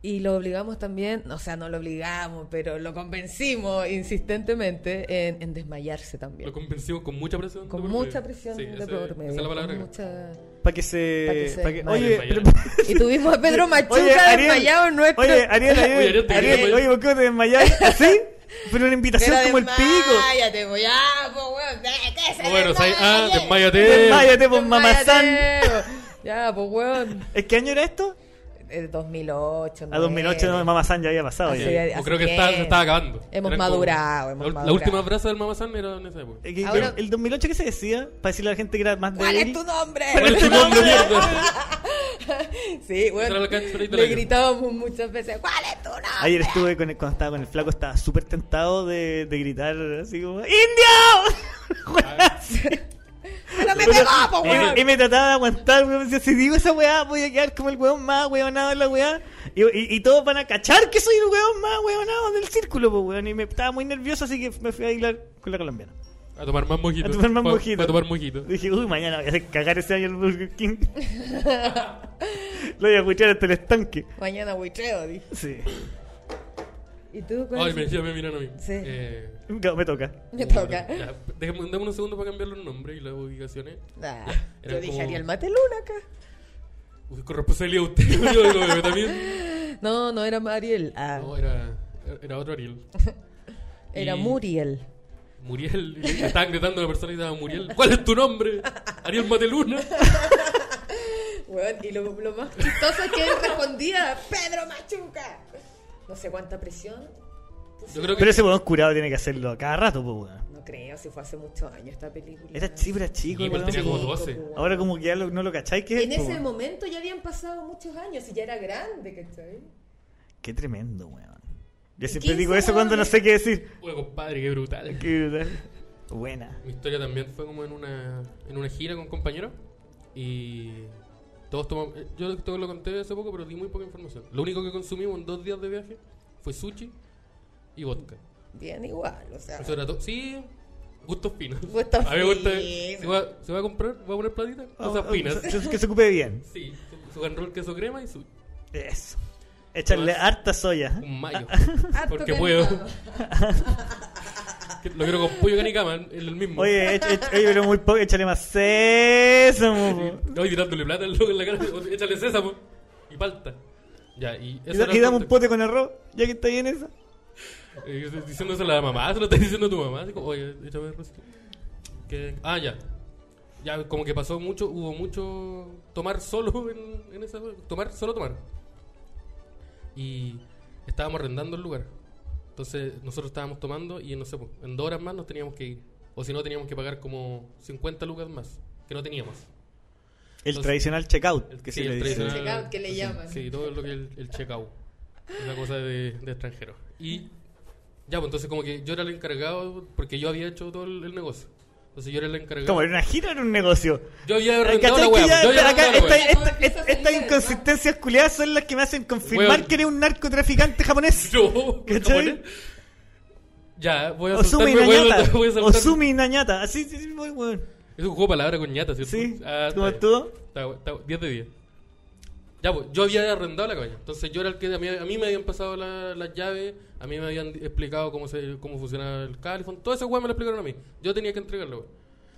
S5: Y lo obligamos también, o sea, no lo obligamos, pero lo convencimos insistentemente en, en desmayarse también.
S2: Lo convencimos con mucha presión. de
S5: Con
S2: por
S5: mucha
S2: medio.
S5: presión
S2: Sí,
S5: de
S2: ese-
S5: por medio,
S2: Esa es la
S5: con
S2: palabra. que-
S5: mucha-
S3: Para que se...
S5: Pa' que se
S3: pa' que-
S5: desmaye.
S3: Oye,
S2: Desmayar.
S3: pero...
S5: Y tuvimos
S3: *laughs*
S5: a Pedro Machuca desmayado en nuestro...
S3: Oye, Ariel, Ariel,
S2: Oye, Ariel, te
S3: Ariel,
S2: desmayas.
S3: oye, ¿por qué no te
S5: *laughs*
S3: desmayás? ¿Así? Pero una invitación
S5: Pero
S3: como el pico.
S5: desmáyate, po, ya, po, weón, ya, ¿qué se *laughs*
S2: Bueno, o sea, ah,
S5: desmaye?
S2: desmayate.
S3: Desmayate, pues mamazán.
S5: Desmáyate, po. Ya, pues weón.
S3: ¿Es qué año era esto?
S5: El 2008.
S3: A 2008 no, mamazán ya había pasado.
S5: Eh, Así
S3: ya.
S5: es.
S2: Eh, O
S5: hace
S2: creo que está- se
S5: bien.
S2: estaba acabando.
S5: Hemos
S2: como-
S5: madurado, hemos
S2: la, la
S5: madurado.
S2: última frase del Mamá San era en pues. esa época.
S3: *laughs* Es Eh, que
S5: Ahora-
S3: el- ¿El 2008 qué se decía? Para decirle a la gente que era más
S5: ¿Cuál
S3: débil.
S5: es tu nombre?
S2: ¿Cuál es tu nombre, mierda?
S5: Sí,
S2: Esa era
S5: bueno,
S2: la catchphrase de
S5: le
S2: la-
S5: gritábamos muchas veces, ¿cuál es tu nombre?
S3: Ayer estuve con el- cuando estaba con el flaco, estaba súper tentado de, de gritar así como ¡Indio!
S5: ¡Pero me pegó, po,
S3: Y
S5: weón!
S3: me- y me trataba de aguantar, weón. decía, si digo esa weá, voy a quedar como el weón más weonado de la weá. Y, y- y todos van a cachar que soy el weón más weonado del círculo, pues weón. Y me estaba muy nervioso, así que me fui a bailar con la colombiana.
S2: A tomar más mojitos.
S3: A tomar más
S2: Pa-
S3: mojitos.
S2: pa tomar mojitos.
S3: Dije, uy, mañana voy a hacer cagar ese año el Burger King. *laughs* Lo voy a escuchar hasta el estanque.
S5: Mañana buitreo, dije.
S3: Sí,
S5: ¿Y tú cuál
S2: Ay,
S5: es?
S2: me decía, me miran a mí.
S5: Sí.
S2: Eh,
S3: Claro, me toca.
S5: Me toca.
S2: ya, déjame- dame unos segundos para cambiar los nombres y las ubicaciones.
S5: Ah,
S2: Era
S5: yo dije
S2: como-
S5: Ariel Mateluna acá.
S2: Uy, con responsabilidad usted. *laughs* Yo digo, yo también.
S5: No, no era Mariel. ah,
S2: No, era, era otro Ariel.
S5: era
S2: y-
S5: Muriel.
S2: Muriel. y le Estaban gritando a la persona que estaba Muriel. ¿Cuál es tu nombre? Ariel Mateluna.
S5: Weón, y lo, lo más chistoso es que él respondía, Pedro Machuca. No sé cuánta presión.
S2: Yo creo que
S3: Pero ese weón curado tiene que hacerlo a cada rato, pues weón.
S5: No creo, si fue hace muchos años esta película.
S3: Era chico, era chico,
S2: igual
S3: weón.
S2: tenía como
S5: Chico,
S2: 12.
S5: po,
S3: Ahora como que ya lo- no lo cacháis, que
S5: En ese momento ya habían pasado muchos años y ya era grande, ¿cachai?
S3: Qué tremendo, weón. Yo
S5: ¿Y
S3: siempre
S5: quién
S3: digo
S5: se
S3: eso cuando no
S5: mueve?
S3: sé qué decir.
S2: Uy, compadre, qué brutal.
S3: Qué brutal. Buena.
S2: Mi historia también fue como en una, en una gira con compañeros. Y Todos tomamos, eh, yo esto lo conté hace poco, pero di muy poca información. Lo único que consumimos en dos días de viaje fue sushi y vodka.
S5: Bien igual, o sea.
S2: Eso era todo. Sí, gustos finos.
S5: Gustos
S2: a mí me gusta.
S5: finos.
S2: Se va, se va a comprar, va a poner platita, cosas
S3: Oh, oh,
S2: finas.
S3: que se- que se ocupe bien.
S2: Sí, su- su ganrol queso crema y su,
S3: Eso. Echarle
S2: Más.
S3: harta
S5: Ah.
S3: soya.
S2: un mayo.
S5: Harto
S2: porque
S5: calzado.
S2: puedo. Que Lo quiero con pollo canicama, el, el mismo.
S3: Oye, echa- echa- oye, pero muy poco, échale más sésamo. po.
S2: No, y tirándole plata al loco en la cara. *laughs* Échale sésamo y palta. Ya, y
S3: Y,
S2: eso
S3: da-
S2: era
S3: y
S2: el
S3: dame un
S2: contexto.
S3: pote con arroz, ya que está bien eso.
S2: Eh, Diciendo eso a la mamá, se lo estás diciendo a tu mamá. Así como, oye, échame rosita. Que- Ah, ya. Ya, como que pasó mucho, hubo mucho tomar solo *laughs* en, en esa. Tomar, solo tomar. Y estábamos arrendando el lugar. Entonces nosotros estábamos tomando y no sé, pues, en dos horas más nos teníamos que ir. O si no, teníamos que pagar como 50 lucas más, que no teníamos.
S3: El
S2: Entonces-
S3: tradicional checkout, que
S2: Sí,
S3: se le
S2: el
S3: dice.
S2: tradicional-
S5: Checkout, que le
S2: sí,
S5: llaman.
S2: Sí, todo lo que el, el checkout. Una cosa de, de extranjero. Y ya, pues entonces como que yo era el encargado, porque yo había hecho todo el, el negocio. Entonces yo era el encargado.
S3: ¿Cómo? ¿Era una gira o era un negocio?
S2: Yo había
S3: ¿Cachai
S2: arrendado la
S3: que
S2: wea.
S3: ya
S2: pues, Yo había
S3: esta- acá
S2: arrendado la
S3: esta-
S2: wea.
S3: esta-
S5: weá. Todo empieza a
S3: esta-
S5: salir
S3: Estas
S5: de
S3: inconsistencias culiadas son las que me hacen confirmar
S2: Weón.
S3: que eres un narcotraficante japonés.
S2: Yo,
S3: *laughs* ¿Cachai?
S2: japonés. Ya, voy a
S3: Osumi
S2: saltarme, voy a,
S3: Nañata.
S2: voy a saltarme.
S3: Osumi Nañata. Así, sí, sí, muy bueno.
S2: Es un juego de palabras con ñata, ¿cierto?
S3: Sí,
S2: Ah,
S3: como
S2: está bien.
S3: todo.
S2: Está bu- está bu- 10 de 10. Ya, pues, yo había arrendado la cabaña. Entonces yo era el que... A mí, a mí me habían pasado la- las llaves, a mí me habían explicado cómo, se, cómo funcionaba el califón. Todo ese weón me lo explicaron a mí. Yo tenía que entregarlo, weón.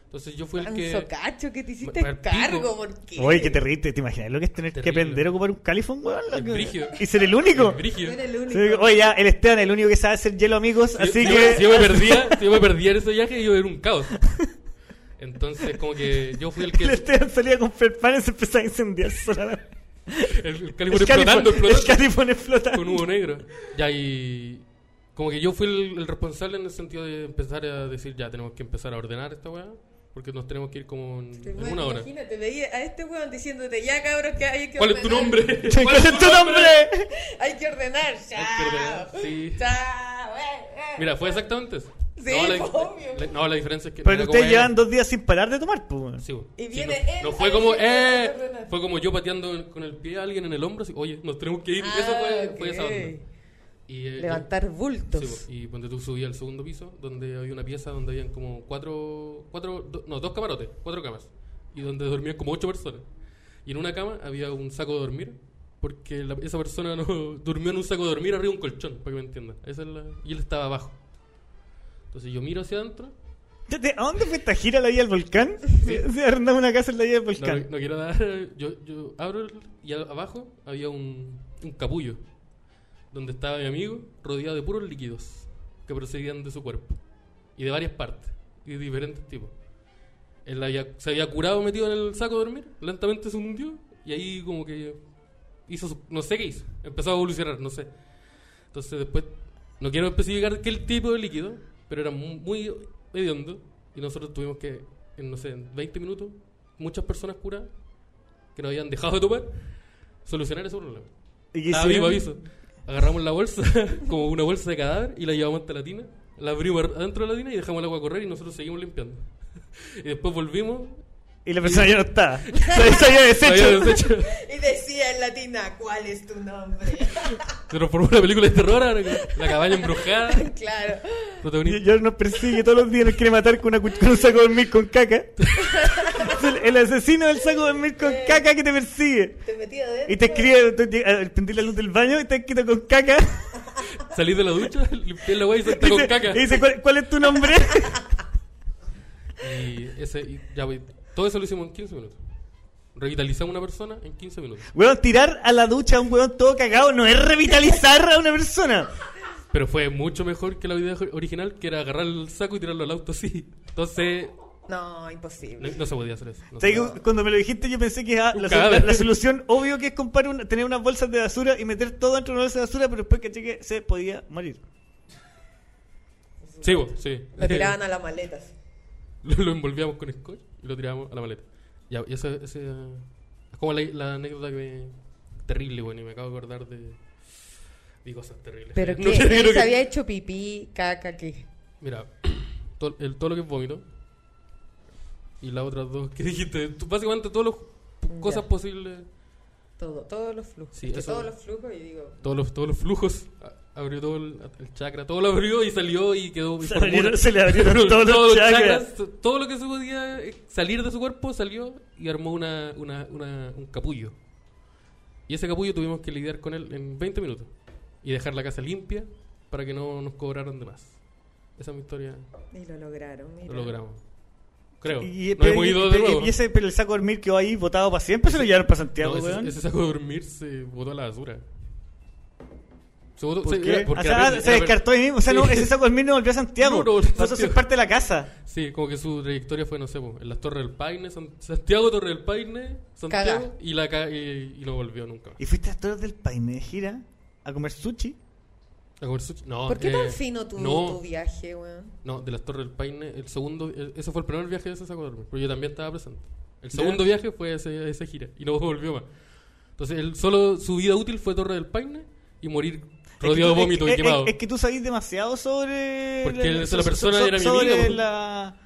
S2: Entonces yo fui el
S5: Manso
S2: que...
S5: cacho que te hiciste
S2: Mal pico.
S5: cargo, ¿por qué?
S3: Oye, qué terrible. ¿Te imaginas lo que es tener que
S2: Terrible.
S3: aprender a ocupar un califón, weón?
S2: Es brígido.
S3: Y ser el único.
S2: Brígido.
S5: Era el único.
S3: Sí, Oye, ya, el Esteban, el único que sabe hacer hielo, amigos.
S2: Si-
S3: Así
S2: si,
S3: que.
S2: si yo me
S3: *laughs*
S2: perdía, si yo me perdía en ese viaje, yo era un caos. Entonces como que yo fui el
S3: *laughs*
S2: que...
S3: El Esteban salía a comprar pan y se empezaba a incendiar sola.
S2: El, el
S3: El
S2: califón explotando,
S3: califón- el
S2: explotando.
S3: califón explotando.
S2: con humo negro. Ya, y como que yo fui el, el responsable en el sentido de empezar a decir, ya, tenemos que empezar a ordenar esta weá, porque nos tenemos que ir como en, en
S5: Bueno,
S2: una hora.
S5: Imagínate, veía a este weón diciéndote, ya cabros, que hay que
S2: ¿Cuál es
S5: ordenar.
S2: tu
S3: *laughs*
S2: nombre?
S3: ¿Cuál es tu nombre?
S5: *laughs* Hay que ordenar,
S2: Hay
S5: chao.
S2: que ordenar, sí.
S5: Chao, eh, eh.
S2: Mira, fue exactamente eso.
S5: Sí,
S2: no, la,
S5: obvio.
S2: la- no, la diferencia es que...
S3: Pero
S2: era como,
S3: ustedes
S2: eh,
S3: llevan dos días sin parar de tomar, pues. weón.
S2: sí, bo.
S5: Y
S2: Sí,
S5: viene
S2: no,
S5: él
S2: no fue
S5: a
S2: como,
S5: decir,
S2: eh,
S5: "Vamos a ordenar".
S2: fue como yo pateando con el pie a alguien en el hombro, así, oye, nos tenemos que ir. eso fue,
S5: Ah,
S2: fue esa
S5: ok.
S2: onda. Y, eh,
S5: Levantar bultos.
S2: Sí, po, y cuando tú subías al segundo piso, donde había una pieza donde habían como cuatro, cuatro do- no, dos camarotes, cuatro camas, y donde dormían como ocho personas. Y en una cama había un saco de dormir, porque la- esa persona no *laughs* durmió en un saco de dormir arriba de un colchón, para que me entiendan. Esa es la- y él estaba abajo. Entonces yo miro hacia adentro,
S3: ¿De- ¿A dónde fue esta gira a la Villa del Volcán? Se se arrendaba una casa en la Villa del
S2: no,
S3: Volcán.
S2: no quiero dar, *laughs* yo, yo abro el- y a- abajo había un, un capullo, donde estaba mi amigo rodeado de puros líquidos que procedían de su cuerpo y de varias partes y de diferentes tipos. Él había- se había curado metido en el saco de dormir, lentamente se hundió y ahí como que hizo, su- no sé qué hizo, empezó a evolucionar, no sé. Entonces después, no quiero especificar qué tipo de líquido, pero era mu- muy hediondo y nosotros tuvimos que, en no sé, en 20 minutos, muchas personas curadas que nos habían dejado de tomar, solucionar ese problema.
S3: ¿Y qué
S2: Estaba
S3: hicieron?
S2: vivo, aviso. Agarramos la bolsa, *laughs* como una bolsa de cadáver, y la llevamos hasta la tina. La abrimos adentro de la tina y dejamos el agua correr y nosotros seguimos limpiando. *laughs* Y después volvimos.
S3: Y la persona ya no estaba.
S2: *laughs*
S3: Se se había
S2: había
S3: deshecho.
S2: deshecho.
S5: Y decía en latina, ¿cuál es tu nombre? *laughs*
S2: Se transformó en una película de terror, ahora con la cabaña embrujada.
S5: claro.
S2: protagonista.
S3: Y ahora nos persigue todos los días, nos quiere matar con, una, cuch- con un saco de dormir con caca. Es el, el asesino del saco de dormir con caca que te persigue.
S5: Te metí adentro.
S3: Y te escribe, tú lleg- al prendí la luz del baño y te escrito con caca.
S2: Salí de la ducha, *laughs* limpié la agua y salté con
S3: Dice-
S2: caca.
S3: Y dice, ¿cuál, cuál es tu
S2: *laughs*
S3: nombre?
S2: Y, ese, y ya, voy. todo eso lo hicimos en 15 minutos. Revitalizamos una persona en 15 minutos.
S3: Weón, tirar a la ducha a un weón todo cagado no es revitalizar a una persona.
S2: Pero fue mucho mejor que la idea original, que era agarrar el saco y tirarlo al auto así. Entonces,
S5: No,
S2: no,
S5: imposible.
S2: no se podía hacer eso. No se
S3: ¿Sabes
S2: podía.
S3: que Cuando me lo dijiste yo pensé que ah,
S2: Un
S3: la,
S2: cadáver.
S3: la- la solución obvio que es comprar una- tener unas bolsas de basura y meter todo dentro de una bolsa de basura, pero después caché que se podía morir.
S2: Sí, vos, sí.
S5: Lo tiraban a las maletas.
S2: *laughs* lo, lo envolvíamos con scotch y lo tirábamos a la maleta. Ya, y esa, esa es como la, la anécdota que me, terrible, bueno, y me acabo de acordar de, de cosas terribles.
S5: Pero
S2: *laughs* No
S5: que
S2: quiero-
S5: él
S2: quiero
S5: se
S2: que-
S5: había hecho pipí, caca, ¿qué?
S2: Mira, *clears throat* todo, *laughs* el, todo lo que es vómito y las otras dos que dijiste, tú- básicamente todos los cosas
S5: Ya.
S2: posibles.
S5: Todo, todos los flujos.
S2: Sí,
S5: Es que
S2: eso-
S5: Todos los flujos, y digo,
S2: Todos los, todos los flujos. a- Abrió todo el, el chakra. Todo lo abrió y salió y quedó. y
S3: Se,
S2: formó
S3: abrieron-
S2: una-
S3: se le
S2: *laughs*
S3: *laughs* abrieron todos los
S2: Todos los
S3: chakras.
S2: chakras, Todo lo que se podía eh, salir de su cuerpo salió y armó una, una- una- un capullo. Y ese capullo tuvimos que lidiar con él en 20 minutos. Y dejar la casa limpia para que no nos cobraran de más. Esa es mi historia.
S5: y lo lograron. mira.
S2: Lo logramos. Creo.
S3: Y,
S2: no
S3: pero-
S2: hemos
S3: y-
S2: ido de
S3: pero-
S2: nuevo.
S3: y ese pero el saco de dormir quedó ahí botado para siempre, se lo llevaron para Santiago,
S2: No,
S3: weón.
S2: ese, ese saco de dormir se botó a la basura. Se botó,
S3: ¿Por
S2: se-
S3: qué?
S2: era- porque
S3: O sea,
S2: era-
S3: ah,
S2: era-
S3: se descartó ahí mismo. O sea, no,
S2: Sí.
S3: ese saco de dormir no volvió a Santiago.
S2: No, no volvió a
S3: Pasó a ser
S2: Santiago.
S3: parte de la casa.
S2: Sí, como que su trayectoria fue, no sé, po, en las Torres del Paine, San- Santiago, Torre del Paine, Santiago,
S5: Cagá.
S2: y, la, ca- y, y no volvió nunca. más.
S3: Y fuiste a Torres del Paine de gira a comer sushi.
S2: A comer sushi. No,
S5: ¿Por qué
S2: eh,
S5: tan fino tu,
S2: no,
S5: tu viaje, weón?
S2: No, de las Torres del Paine, el segundo, el- ese fue el primer viaje de ese saco de dormir, porque yo también estaba presente. El segundo viaje fue ese, esa gira, y no *laughs* volvió más. Entonces, él solo su vida útil fue Torre del Paine y morir rodeado
S3: Es que
S2: de
S3: tú-
S2: vómito
S3: es
S2: y
S3: que-
S2: quemado.
S3: Es, es que tú sabís demasiado sobre.
S2: Porque
S3: la-
S2: esa la persona era mi
S3: sobre
S2: amiga, po.
S3: la-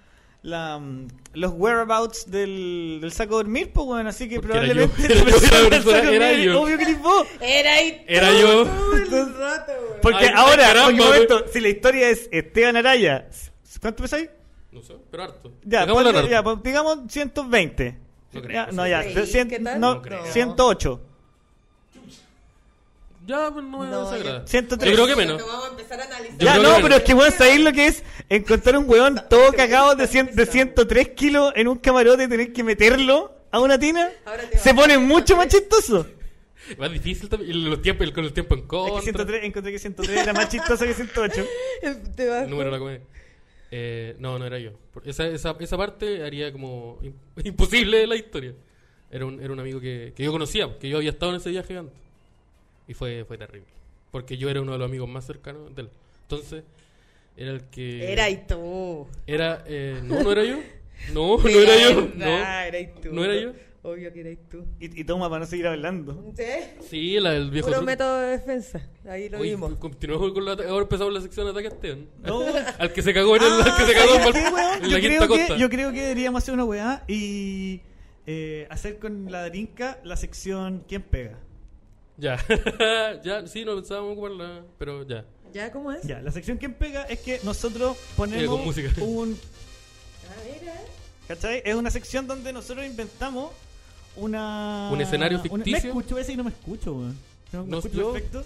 S3: la, mm, los whereabouts del, del saco de dormir, pues, bueno, así que
S2: Porque era yo. *laughs*
S3: probablemente.
S2: Era yo,
S3: la persona
S2: era
S3: del saco de
S2: era
S3: dormir,
S2: yo.
S3: Obvio que eres vos.
S5: Era ahí
S2: Era
S5: todo
S2: yo.
S5: el rato, weón.
S3: Porque
S2: Ay,
S3: ahora,
S2: caramba,
S3: porque, un momento, si la historia es Esteban Araya, ¿cuánto pesáis?
S2: No sé, pero harto.
S3: Ya,
S2: Hagámoslo
S3: ponle-
S2: harto.
S3: ya, pues, digamos 120.
S2: No creo,
S3: Ya,
S2: no
S3: no,
S2: sé.
S3: ya,
S5: ¿Creí?
S3: de- cien-
S5: ¿Qué tal?
S3: no,
S5: No
S2: creo.
S3: 108.
S2: Ya, pues no me
S5: No,
S2: desagrada.
S5: yo-
S2: yo
S3: 103.
S2: creo que menos.
S5: Lo vamos a empezar a analizar.
S2: Yo
S3: ya,
S2: creo
S3: no,
S2: que-
S3: pero es que, weón, ¿sabéis lo que es? Encontrar un weón todo cagado de, cien- de 103 kilos en un camarote y tener que meterlo a una tina.
S5: Ahora te
S3: Se
S5: vas.
S3: pone mucho más chistoso.
S2: Más difícil también. Y los tiempos, el- con el tiempo en
S3: Es
S2: contra.
S3: que 103, encontré que 103 era más chistoso que 108.
S5: Eh, Te vas-
S2: El *laughs* número de la comedia. Eh, no, no era yo. Por- Esa, esa, esa parte haría como im- *laughs* imposible la historia. Era un, era un amigo que, que yo conocía, que yo había estado en ese viaje antes. Y fue, fue terrible. Porque yo era uno de los amigos más cercanos de él. Entonces, era el que.
S5: Era ahí tú.
S2: Era. eh, no, no
S5: *laughs*
S2: era yo. No, no era yo.
S5: Ah,
S2: No.
S5: era ahí tú.
S2: No era yo.
S5: Obvio que eras tú.
S3: Y, y toma para no seguir
S2: *laughs*
S3: hablando.
S5: ¿Sí?
S2: Sí, la, el viejo.
S5: Puro
S2: truco.
S5: método de defensa. Ahí lo
S2: Oye,
S5: vimos.
S2: Continuamos con la. Ahora empezamos la sección de ataque a Esteban.
S3: No.
S2: Al que se cagó en el,
S5: Ah,
S2: al que se cagó en, Val-
S3: ¿Sabes qué, weón?
S2: en
S3: yo,
S2: la quinta
S3: creo
S2: costa.
S3: que, yo creo que deberíamos hacer una weá y eh, hacer con la drinca la sección ¿Quién pega?
S2: Ya, *laughs* ya, sí, no pensábamos ocuparla, pero ya.
S5: ¿Ya cómo es?
S3: Ya, la sección ¿Quién pega? es que nosotros
S2: Sigue
S3: ponemos
S2: con música.
S3: un...
S5: A ver, a ver.
S3: ¿Cachai? Es una sección donde nosotros inventamos una...
S2: Un escenario
S3: una-
S2: ficticio.
S3: me escucho, parece que no me escucho, weón. No, me
S2: No,
S3: escucho
S2: yo-
S3: perfecto.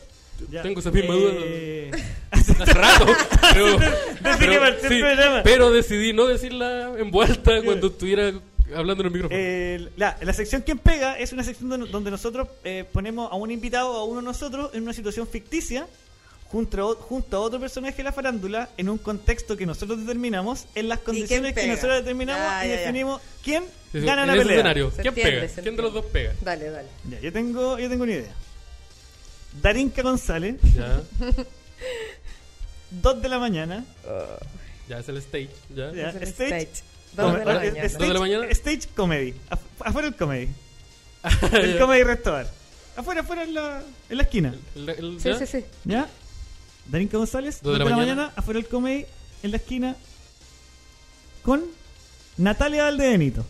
S3: Ya.
S2: tengo esa misma
S3: Eh,
S2: *laughs* Hace rato,
S3: *laughs*
S2: pero,
S3: que partió el programa.
S2: pero decidí no decirla en vuelta cuando estuviera hablando en el micrófono.
S3: eh, la, la sección ¿Quién pega? es una sección don- donde nosotros eh, ponemos a un invitado o a uno de nosotros en una situación ficticia junto a, o- junto a otro personaje de la farándula en un contexto que nosotros determinamos en las condiciones que
S5: pega?
S3: nosotros determinamos
S5: Ya,
S3: y
S5: ya, ya.
S3: definimos quién
S2: Sí, sí,
S3: gana
S2: en
S3: la
S2: ese
S3: pelea.
S2: escenario,
S5: Se
S2: ¿quién
S5: entiende,
S2: pega?
S5: se
S2: ¿Quién de los dos pega?
S5: Dale, dale.
S3: Ya, yo tengo, yo tengo una idea. Darinka González,
S2: Ya,
S3: 2 de la mañana.
S2: ya es el stage,
S3: *laughs*
S2: ya.
S3: Ya.
S5: Es el
S3: stage.
S5: stage. Dos de la
S2: Ahora,
S5: mañana.
S2: ¿Dos de la mañana?
S3: eh, Stage comedy. Af- Afuera el
S2: *laughs*
S3: comedy. el comedy restaurant. Afuera, afuera en la, en la esquina.
S2: El- el-
S5: Sí,
S2: ya.
S5: sí, sí.
S3: ¿Ya? Darinka González, 2 de, la mañana. afuera el comedy, en la esquina. Con Natalia Valdebenito.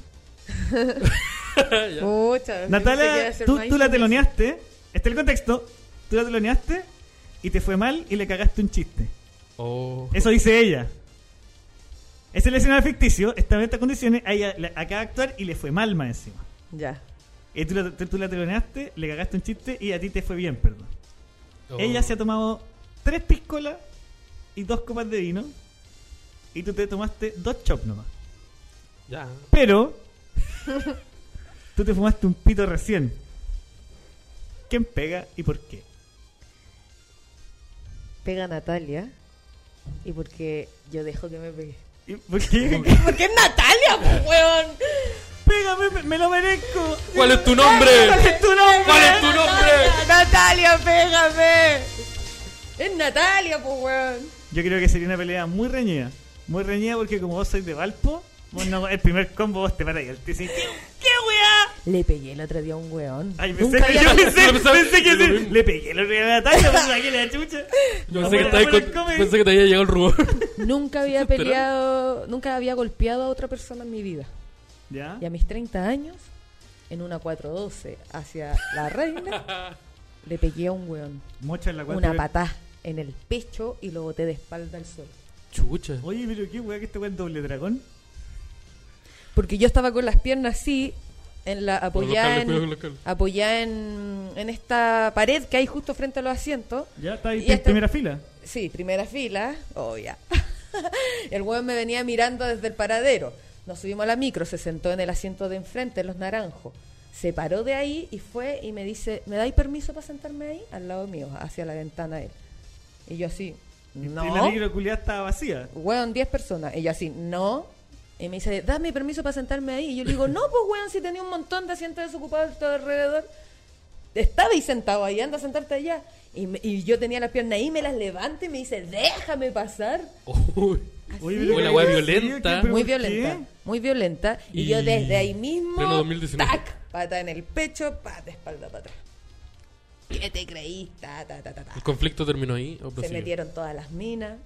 S2: ah, Ya.
S5: Pucha, yo pensé que iba
S3: Natalia,
S5: a ser
S3: tú,
S5: más
S3: tú la
S5: intenso.
S3: teloneaste. Está el contexto. Tú la teloneaste y te fue mal y le cagaste un chiste.
S2: Oh.
S3: Eso dice ella. Es el escenario ficticio, está en estas condiciones, a ella le- acaba de actuar y le fue mal más encima.
S5: Ya.
S3: Y tú, la- tú- tú la teloneaste, le cagaste un chiste y a ti te fue bien, perdón.
S2: Oh.
S3: Ella se ha tomado tres piscolas y dos copas de vino y tú te tomaste dos chops nomás.
S2: Ya. *laughs*
S3: Pero tú te fumaste un pito recién. ¿Quién pega y por qué?
S5: Pega a Natalia. Y porque yo dejo que me *laughs* pegue.
S3: ¿Y ¿Por qué?
S5: Porque es Natalia, pues, weón.
S3: Pégame, me- me lo merezco.
S2: ¿Cuál es tu nombre?
S3: ¿Cuál es tu nombre?
S2: ¿Cuál es tu nombre?
S5: Natalia, pégame. Es Natalia, pues, weón.
S3: Yo creo que sería una pelea muy reñida. Muy reñida porque como vos sois de Valpo, vos no- el primer combo vos te paras y él te dice, ¿qué, qué weá?
S5: Le pegué el otro día a un weón.
S3: Ay, pensé,
S5: Nunca
S3: *laughs*
S5: había-
S3: yo pensé,
S2: Yo pensaba-
S3: pensé que
S2: yo
S3: sí.
S2: mismo.
S3: le pegué el otro día a la talla, pero aquí la chucha.
S2: Yo
S3: No,
S2: pensé que,
S3: bueno,
S2: estabas
S3: no, pero
S2: con-
S3: come.
S2: pensé que te había llegado el rumor. *laughs*
S5: Nunca había
S2: ¿Pero?
S5: peleado, nunca había golpeado a otra persona en mi vida.
S3: ¿Ya?
S5: Y a mis 30 años en una 412 hacia
S2: *laughs*
S5: la reina, le pegué a un weón.
S3: Mocha en la cuatro.
S5: Una patá en el pecho y lo boté de espalda al suelo.
S2: Chucha.
S3: Oye, pero qué weá que este weón doble dragón.
S5: Porque yo estaba con las piernas así, en la, apoyada,
S2: cables, cuidado
S5: en,
S2: con los cables.
S5: apoyada en, en esta pared que hay justo frente a los asientos.
S3: Ya está ahí
S5: Y
S3: en
S5: este-
S3: primera fila.
S5: Sí, primera fila, oh ya. *laughs* el weón me venía mirando desde el paradero. Nos subimos a la micro, se sentó en el asiento de enfrente, en los naranjos. Se paró de ahí y fue y me dice, ¿me dais permiso para sentarme ahí? Al lado mío, hacia la ventana él. Y yo así,
S3: Y la
S5: no.
S3: negra culiada estaba vacía.
S5: Weón, 10 personas. Y yo así, no. Y me dice, dame permiso para sentarme ahí. Y yo le digo, no, pues weón, si tenía un montón de asientos desocupados a tu alrededor. Estaba ahí sentado ahí, anda a sentarte allá. Y, me- y yo tenía las piernas ahí, me las levanto y me dice, déjame pasar.
S2: Uy.
S3: Oye,
S2: Oye, la
S3: qué
S2: weá
S3: serio,
S2: violenta.
S3: qué- pero
S5: ¿Ah, Muy
S3: ¿por qué?
S5: violenta, muy violenta. Y,
S2: Y-
S5: yo desde ahí mismo,
S2: Pleno 2019.
S5: tac, pata en el pecho, pata, espalda para atrás. ¿Qué te creí? Ta, ta, ta, ta, ta.
S2: El conflicto terminó ahí. o
S5: Se
S2: prosiguió?
S5: metieron todas las minas.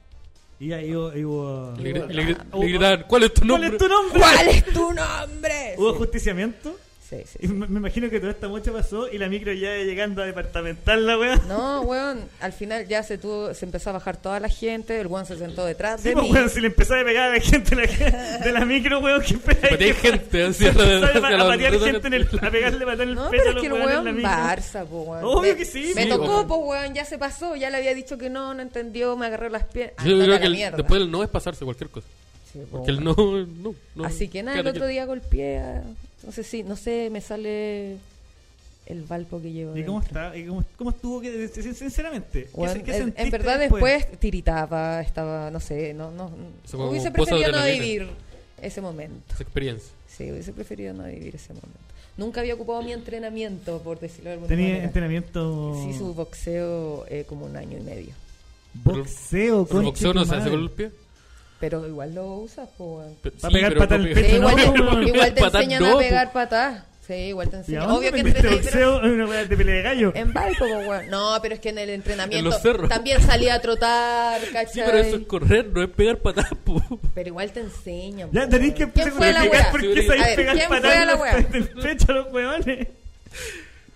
S3: Y ahí hubo. ahí hubo-
S2: Le, gri- le gri-
S3: hubo-
S2: le gritaban, ¿cuál es tu
S3: ¿Cuál
S2: nombre?
S3: es tu nombre?
S5: ¿Cuál es tu nombre?
S3: ¿Hubo ajusticiamiento?
S5: Sí, sí,
S3: Y me me imagino que toda esta mocha pasó y la micro ya llegando a departamental la weá.
S5: No, weón, al final ya se tuvo, se empezó a bajar toda la gente, el weón se sentó detrás
S3: Sí,
S5: de
S3: pues
S5: mí.
S3: weón, si le empezaba a pegar a la gente la- de la micro, weón, que espera.
S2: Pateé
S3: que-
S2: gente, así,
S3: Se
S2: alrededor,
S3: *laughs* empezaba
S2: hacia
S3: a
S2: los
S3: patear
S2: alrededores.
S3: gente en el, a pegarle patada en el pecho
S5: No, pero
S3: a
S5: es
S3: los
S5: que el
S3: weones en la
S5: weón
S3: micro.
S5: Barça, po, weón.
S3: Obvio
S5: Me-
S3: que sí, pues,
S5: Me
S2: sí,
S5: tocó,
S2: weón.
S5: po, weón, ya se pasó, ya le había dicho que no, no entendió, me agarró las piernas.
S2: Yo
S5: Ándate a
S2: creo
S5: la
S2: que el-
S5: Ah, mierda.
S2: después del no es pasarse cualquier cosa.
S5: Sí, po,
S2: Porque el
S5: weón.
S2: no, no, no.
S5: Así que nada, el
S2: Quédate
S5: otro
S2: quieto.
S5: día golpeé a... No sé si, no sé, me sale el valpo que llevo
S3: ¿Y cómo
S5: dentro.
S3: está? ¿Y cómo, cómo estuvo? Que, sin- sinceramente, ¿qué
S5: Weón,
S3: se- qué
S5: en,
S3: sentiste
S5: en verdad después? tiritaba, estaba, no sé, no, no,
S2: Se fue
S5: hubiese
S2: como pozo de
S5: preferido no vivir
S2: adrenalina.
S5: ese momento.
S2: Esa experiencia.
S5: Sí, hubiese preferido no vivir ese momento. Nunca había ocupado mi entrenamiento, por decirlo de alguna
S3: Tenía
S5: manera.
S3: entrenamiento.
S5: Sí, su boxeo eh, como un año y medio.
S3: Boxeo,
S2: Pero
S3: con
S2: el boxeo no se hace con los pies.
S5: Pero igual lo usas, po, weón.
S2: Pe-
S3: Va a pegar
S2: pero
S3: patada
S2: no
S3: en el
S2: pegar-
S5: Sí,
S3: pecho,
S2: *laughs*
S5: igual,
S3: no,
S5: te,
S3: no, no,
S5: igual te
S2: patada
S5: enseñan
S2: no,
S5: a
S2: po.
S5: pegar patadas. Sí, igual te enseñan. Obvio que
S3: entre
S5: entrenáis, pero Em,
S3: boxeo es una weá de pelea de gallo.
S5: en barco, po, weón. No, pero es que en el
S2: En
S5: entrenamiento
S2: los cerros.
S5: también salía a trotar, ¿cachai?
S2: Sí, pero eso es correr, no es pegar patada, *laughs* po.
S5: Pero igual te enseñan.
S3: Ya
S5: po,
S3: tenéis que
S5: weón. ¿Quién fue la
S3: explicar
S5: weá?
S3: por qué
S5: A
S3: sabéis
S5: ver,
S3: pegar
S5: ¿quién fue la
S3: patadas
S5: weá?
S3: *laughs* en el pecho a los weones.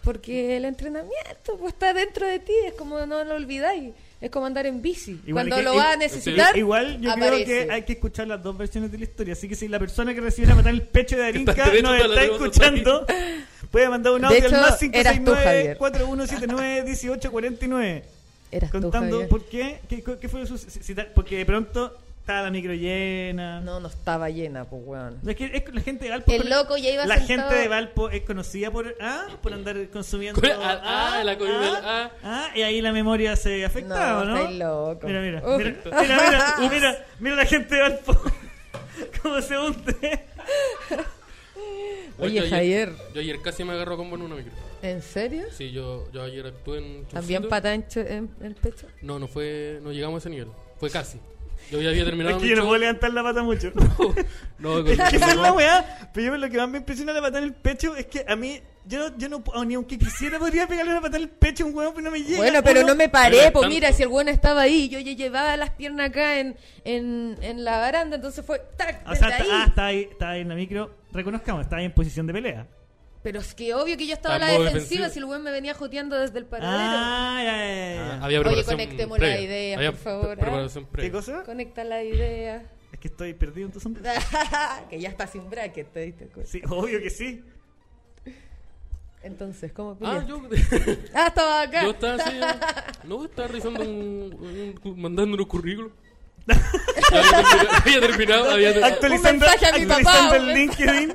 S5: Porque el entrenamiento pues, está dentro de ti, es como no lo olvidáis, es como andar en bici.
S3: Igual
S5: Cuando
S3: que-
S5: lo
S3: i-
S5: vas a necesitar,
S3: Igual yo creo
S5: aparece.
S3: que hay que escuchar las dos versiones de la historia. Así que si la persona que recibe la patada en el pecho de Arinca
S2: Está derecho,
S3: nos
S2: está
S3: está
S2: la derecho, está
S3: escuchando, puede mandar un
S5: De
S3: audio al
S5: hecho,
S3: más
S5: eras tú, Javier.
S3: 569-4179-1849.
S5: Eras tú,
S3: Contando
S5: Javier.
S3: por qué, qué, qué fue su... si- si tal- porque de pronto estaba la micro llena.
S5: No, no estaba llena, pues, weón.
S3: No, es que es que la gente de Valpo.
S5: El loco ya iba
S3: La
S5: sentado-
S3: gente de Valpo es conocida por, ah, por andar consumiendo.
S2: Ah, ah, la comida del- ah.
S3: ah, y ahí la memoria se afectaba, ¿no?
S5: No, estáis loco.
S3: Mira, mira,
S5: Uf.
S3: mira, mira,
S5: *laughs*
S3: mira, mira, mira la gente de Valpo. *laughs* ¿Cómo se hunde?
S5: Oye,
S2: Yo ayer-
S5: Javier.
S2: Yo ayer casi me agarro con en una micro.
S5: ¿En serio?
S2: Sí, yo, yo ayer actué en.
S5: ¿También
S2: Chorcito.
S5: patada en, che- en- en el pecho?
S2: No, no fue. No llegamos a ese nivel. Fue casi. Yo ya había terminado.
S3: Es que yo no
S2: mi
S3: puedo
S2: show.
S3: levantar la pata mucho.
S2: *laughs* No, con-
S3: Es que esa es la weá. Pero yo lo que más me impresiona la patada en el pecho es que a mí, yo no, yo no puedo- ni aunque quisiera podría pegarle una patada en el pecho a un huevo, pero no me llega.
S5: Bueno, pero
S3: Uno-
S5: no me
S2: Pero
S5: paré,
S2: es
S5: pues
S2: tanto.
S5: mira, si el weón estaba ahí, yo ya llevaba las piernas acá en, en, en la baranda, entonces fue tac,
S3: O
S5: desde
S3: sea, está,
S5: ahí.
S3: ah, está ahí, está ahí en la micro. Reconozcamos, está ahí en posición de pelea.
S5: Pero es que obvio que yo estaba a la
S2: Está en modo
S5: defensiva,
S2: defensivo.
S5: si el weón me venía joteando desde el paradero.
S3: Ah, ya, ya, ya, ya.
S2: Ah, había
S5: Oye,
S2: preparación.
S5: conectemos
S2: previa.
S5: la idea,
S2: Había
S5: por favor,
S2: pre-
S5: ¿ah?
S2: Preparación
S3: ¿Qué
S2: previa.
S3: cosa?
S5: Conecta la idea.
S3: Es que estoy perdido en tu sombra.
S4: *laughs*
S5: que ya está sin bracket, te diste cuenta.
S3: Sí, obvio que sí.
S5: Entonces, ¿cómo
S2: Ah,
S5: pillaste?
S2: yo. *laughs*
S5: Ah, estaba acá.
S2: Yo estaba
S4: *laughs*
S2: así. ah, No, estaba revisando un. un- mandando unos currículos. Ya había terminado- había terminado. Había terminado.
S3: Actualizando,
S5: mensaje a mi papá,
S3: actualizando
S5: un
S3: el LinkedIn.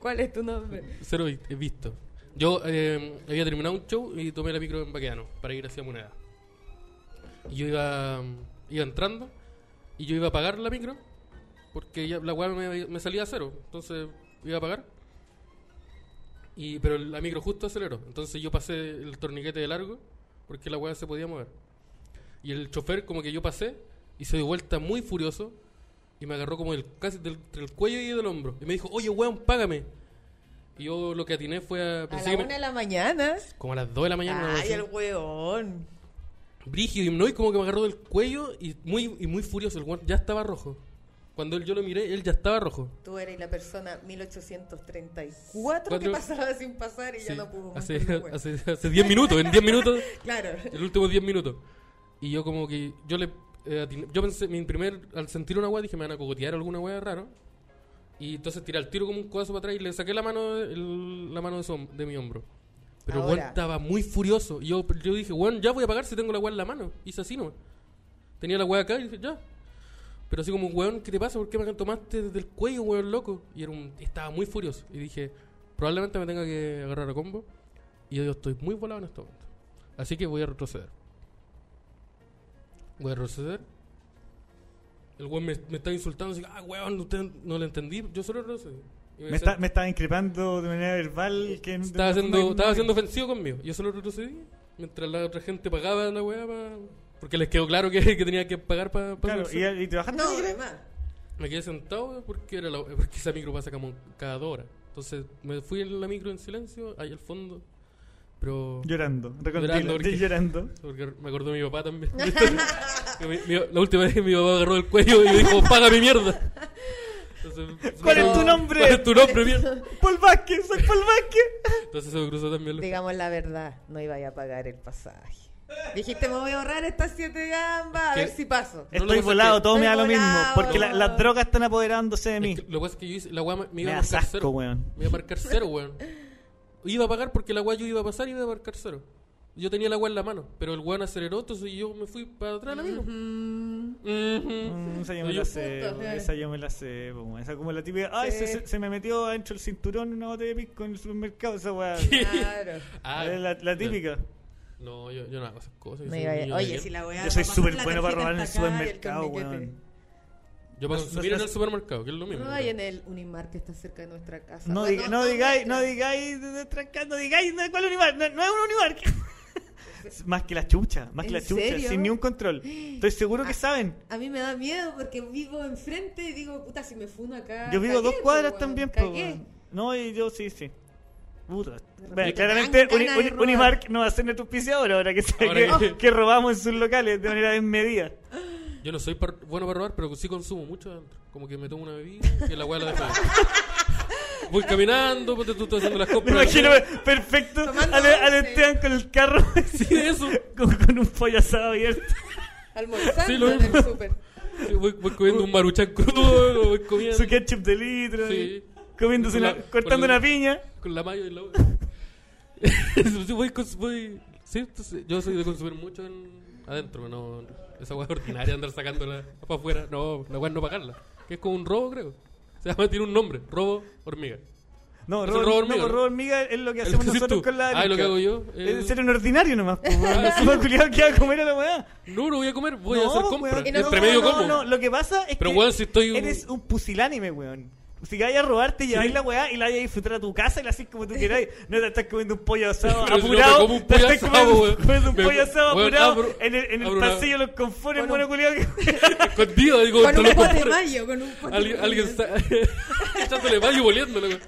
S5: ¿Cuál es tu nombre?
S2: Cero vi- visto. Yo eh, había terminado un show y tomé la micro en Baquedano para ir hacia Moneda. Y yo iba, iba entrando y yo iba a pagar la micro porque ya la weá me, me salía a cero. Entonces iba a pagar. Y, pero la micro justo aceleró. Entonces yo pasé el torniquete de largo porque la weá se podía mover. Y el chofer como que yo pasé y se dio vuelta muy furioso y me agarró como del, casi del, entre el cuello y del hombro. Y me dijo, oye weón, págame. Y yo lo que atiné fue a...
S5: A
S2: pensé
S5: la
S2: que me-
S5: una de la mañana.
S2: como a las 2 de la mañana. una
S5: Ay,
S2: cosa
S5: el
S2: así.
S5: weón.
S2: Brígido y no, y como que me agarró del cuello y muy, y muy furioso. El guan ya estaba rojo. Cuando él- yo lo miré, él ya estaba rojo.
S4: Tú eres la persona 1834
S2: Cuatro-
S4: que pasaba sin pasar y ya
S2: Sí,
S4: no pudo más
S2: hace
S4: con la wea.
S2: hace hace 10 minutos, en 10 minutos, *laughs*
S4: Claro.
S2: el último 10 minutos. Y yo como que yo le eh, atiné- yo pensé, mi primer al sentir una weá dije, me van a cogotear alguna weá raro. Y entonces tiré el tiro como un codazo para atrás y le saqué la mano el- la mano de, su hom- de mi hombro. Pero
S4: Ahora.
S2: Juan estaba muy furioso. Y yo, yo dije, Juan, ya voy a pagar si tengo la weá en la mano. Hice así nomás. Tenía la weá acá y dije, ya. Pero así como, weón, ¿qué te pasa? ¿Por qué me tomaste desde el cuello, weón, loco? Y era un, estaba muy furioso. Y dije, probablemente me tenga que agarrar a combo. Y yo estoy muy volado en este momento. Así que voy a retroceder. Voy a retroceder. El weón me, me está insultando. Así, ah, weón, usted no lo entendí. Yo solo retrocedí. Y
S3: Me,
S2: dice,
S3: está, me estaba increpando de manera verbal. Que
S2: estaba,
S3: de una
S2: siendo,
S3: forma
S2: estaba siendo
S3: ignoble.
S2: ofensivo conmigo. Yo solo retrocedí. Mientras la otra gente pagaba la weá. pa- Porque les quedó claro que, *laughs* que tenía que pagar para
S3: Claro, y, y te bajaste.
S4: No,
S3: mira.
S4: además.
S2: Me quedé sentado porque, era la- porque esa micro pasa como cada dos horas. Entonces me fui en la micro en silencio, ahí al fondo. Pero.
S3: Llorando.
S2: Llorando,
S3: Llorando.
S2: porque-
S3: llorando.
S2: Porque me acordó de mi papá también. *laughs* Que mi- mi- la última vez que mi papá agarró el cuello y me dijo: ¡Paga mi mierda! Entonces,
S3: *laughs* ¿Cuál
S2: me-
S3: es tu nombre?
S2: ¿Cuál es tu nombre,
S3: *laughs*
S2: mierda?
S3: *laughs* Paul Vázquez, soy Paul Vázquez.
S2: Entonces se me cruzó también. los-
S4: Digamos la verdad, no iba a pagar el pasaje. Dijiste, me voy a ahorrar estas siete gambas, a
S2: ¿Qué?
S4: ver si
S2: *laughs*
S4: paso.
S2: Pero lo que
S3: Estoy
S2: pasa es
S3: volado,
S2: que-
S3: todo me da
S4: Estoy
S3: lo mismo.
S4: volado.
S3: Porque la- las drogas están apoderándose de mí.
S2: Es que lo que pasa es que yo hice, la weá me, me iba
S3: Me
S2: a
S3: da
S2: marcar
S3: asco,
S2: cero.
S3: weón.
S2: Me iba a marcar cero, weón. Iba a pagar porque la weá yo iba a pasar y iba a marcar cero. Yo tenía la weá en la mano, pero el weón aceleró, entonces yo me fui para atrás de la mano. Ujú.
S3: Mm, esa yo me
S2: Yo-
S3: la sé,
S4: Punto.
S3: po, esa yo me la sé, po, esa como la típica, ay, se- se, se me metió adentro el cinturón una botella de pisco en el supermercado, esa weá.
S4: Claro.
S2: Ah,
S3: Es la, la típica.
S2: No, yo, yo no hago esas cosas. yo
S4: Me
S2: soy
S4: iba
S2: un
S4: a-
S2: niño de
S4: Oye,
S2: bien.
S4: si la voy a
S3: Yo soy súper bueno para robar en el supermercado, weón.
S2: Yo para
S3: no-
S2: consumir
S3: no-
S2: en el supermercado, que es lo mismo.
S4: No hay en el Unimar que está cerca de nuestra casa.
S3: No,
S4: Bueno,
S3: diga- no digáis, no
S4: nuestra.
S3: digáis, de- de- tranca- no digáis, no, ¿cuál univar? No, no es un
S4: *laughs*
S3: univar. más que la chucha, más que
S4: ¿En
S3: la chucha,
S4: serio?
S3: sin ni un control. Estoy seguro que
S4: Ah.
S3: saben.
S4: A mí me da miedo porque vivo enfrente y digo, puta, si me funo acá.
S3: Yo vivo
S4: cagué,
S3: dos
S4: po,
S3: cuadras
S4: weón,
S3: también, po,
S4: cagué.
S3: weón. No, y yo sí, sí. Puta. Bueno,
S4: repente
S3: claramente
S4: dan
S3: Uni-
S4: ganas de
S3: Uni-
S4: robar.
S3: Unimark no va a ser nuestro auspiciador ahora que, sabe
S2: Ahora
S3: que,
S2: que-
S3: que robamos en sus locales de manera
S2: *laughs*
S3: desmedida.
S2: Yo no soy par- bueno para robar, pero sí consumo mucho adentro. Como que me tomo una bebida y la weá la dejo
S3: *laughs*
S2: ahí. Voy caminando, porque tú estás haciendo las
S3: Me
S2: compras.
S3: imagino perfecto
S4: Tomando
S3: al, al
S4: once.
S3: Esteban con el carro *laughs*
S2: Sí, eso.
S3: con, con un pollo asado abierto.
S4: Almorzando
S2: Sí, lo
S4: en el
S2: mismo. *laughs*
S4: súper.
S2: Sí, voy, voy comiendo un maruchan crudo, voy comiendo
S3: Su ketchup de litro,
S2: Sí.
S3: comiéndose
S2: Con
S3: una,
S2: la-
S3: cortando
S2: con la-
S3: una piña.
S2: con la mayo y la *laughs* Sí, voy, cons- voy- sí, entonces, yo soy de consumir mucho en- adentro, pero no esa weá es ordinaria andar sacándola para afuera, no, la weá es no pagarla, que es como un robo, creo. Se llama, *laughs* tiene un nombre, robo hormiga.
S3: No,
S2: Es el
S3: robo,
S2: robo
S3: hormiga,
S2: hormiga,
S3: no,
S2: ¿no?
S3: robo hormiga es lo que
S2: El
S3: hacemos
S2: que haces
S3: nosotros
S2: tú.
S3: con la
S2: Ah, ¿y lo que hago yo?
S3: Es
S2: El-
S3: ser un ordinario nomás. Pues,
S2: *laughs* Ah, sí.
S3: el culiado que va a comer a la weá.
S2: No, no voy a comer, voy
S3: No,
S2: a hacer
S3: weón.
S2: compras.
S4: Y no
S2: Entre medio
S3: no,
S2: como.
S3: No, lo que pasa es
S2: Pero,
S3: que
S2: weón, si estoy un-
S3: eres un pusilánime, weón. Si vayas a robarte, lleváis la weá y la vais a disfrutar a tu casa y la hacéis como tú queráis. No te estás comiendo un pollo asado
S2: Pero si no me
S3: apurado.
S2: como un
S3: te
S2: pollo
S3: estás
S2: asado,
S3: comiendo,
S2: weón.
S3: comiendo un
S2: Me-
S3: pollo asado
S2: weón,
S3: apurado
S2: abro-
S3: en el, en el
S2: abro una-
S3: pasillo de los conformes,
S4: Con
S3: mono
S4: un-
S3: culiado. Que... *laughs*
S2: Escondido, digo,
S4: Con
S2: entre
S4: un
S2: los
S4: pote de
S2: compras.
S4: mayo, con un pote de
S2: Alguien,
S4: mayo.
S2: alguien está *laughs* echándole mayo y volviéndolo, güey.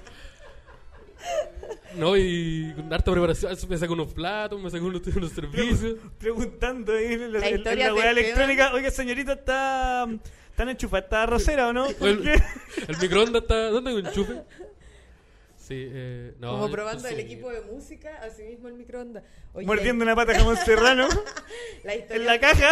S2: No, y con harta preparación. Me saco unos platos, me saco unos, *laughs* unos servicios.
S3: Preguntando ahí en la,
S4: La
S3: en- en
S4: historia
S3: la weá
S4: de
S3: electrónica. Oiga, señorita, está. ¿Están enchufada? ¿Está rosera o no?
S2: El,
S3: Porque-
S2: el microondas está. ¿Dónde hay un enchufe? Sí, eh. No,
S4: Como
S2: yo
S4: probando el
S2: sí.
S4: equipo de música, así mismo el microondas. Oye,
S3: *laughs* Mordiendo una pata jamón serrano
S4: la
S3: en
S4: historia,
S3: la caja.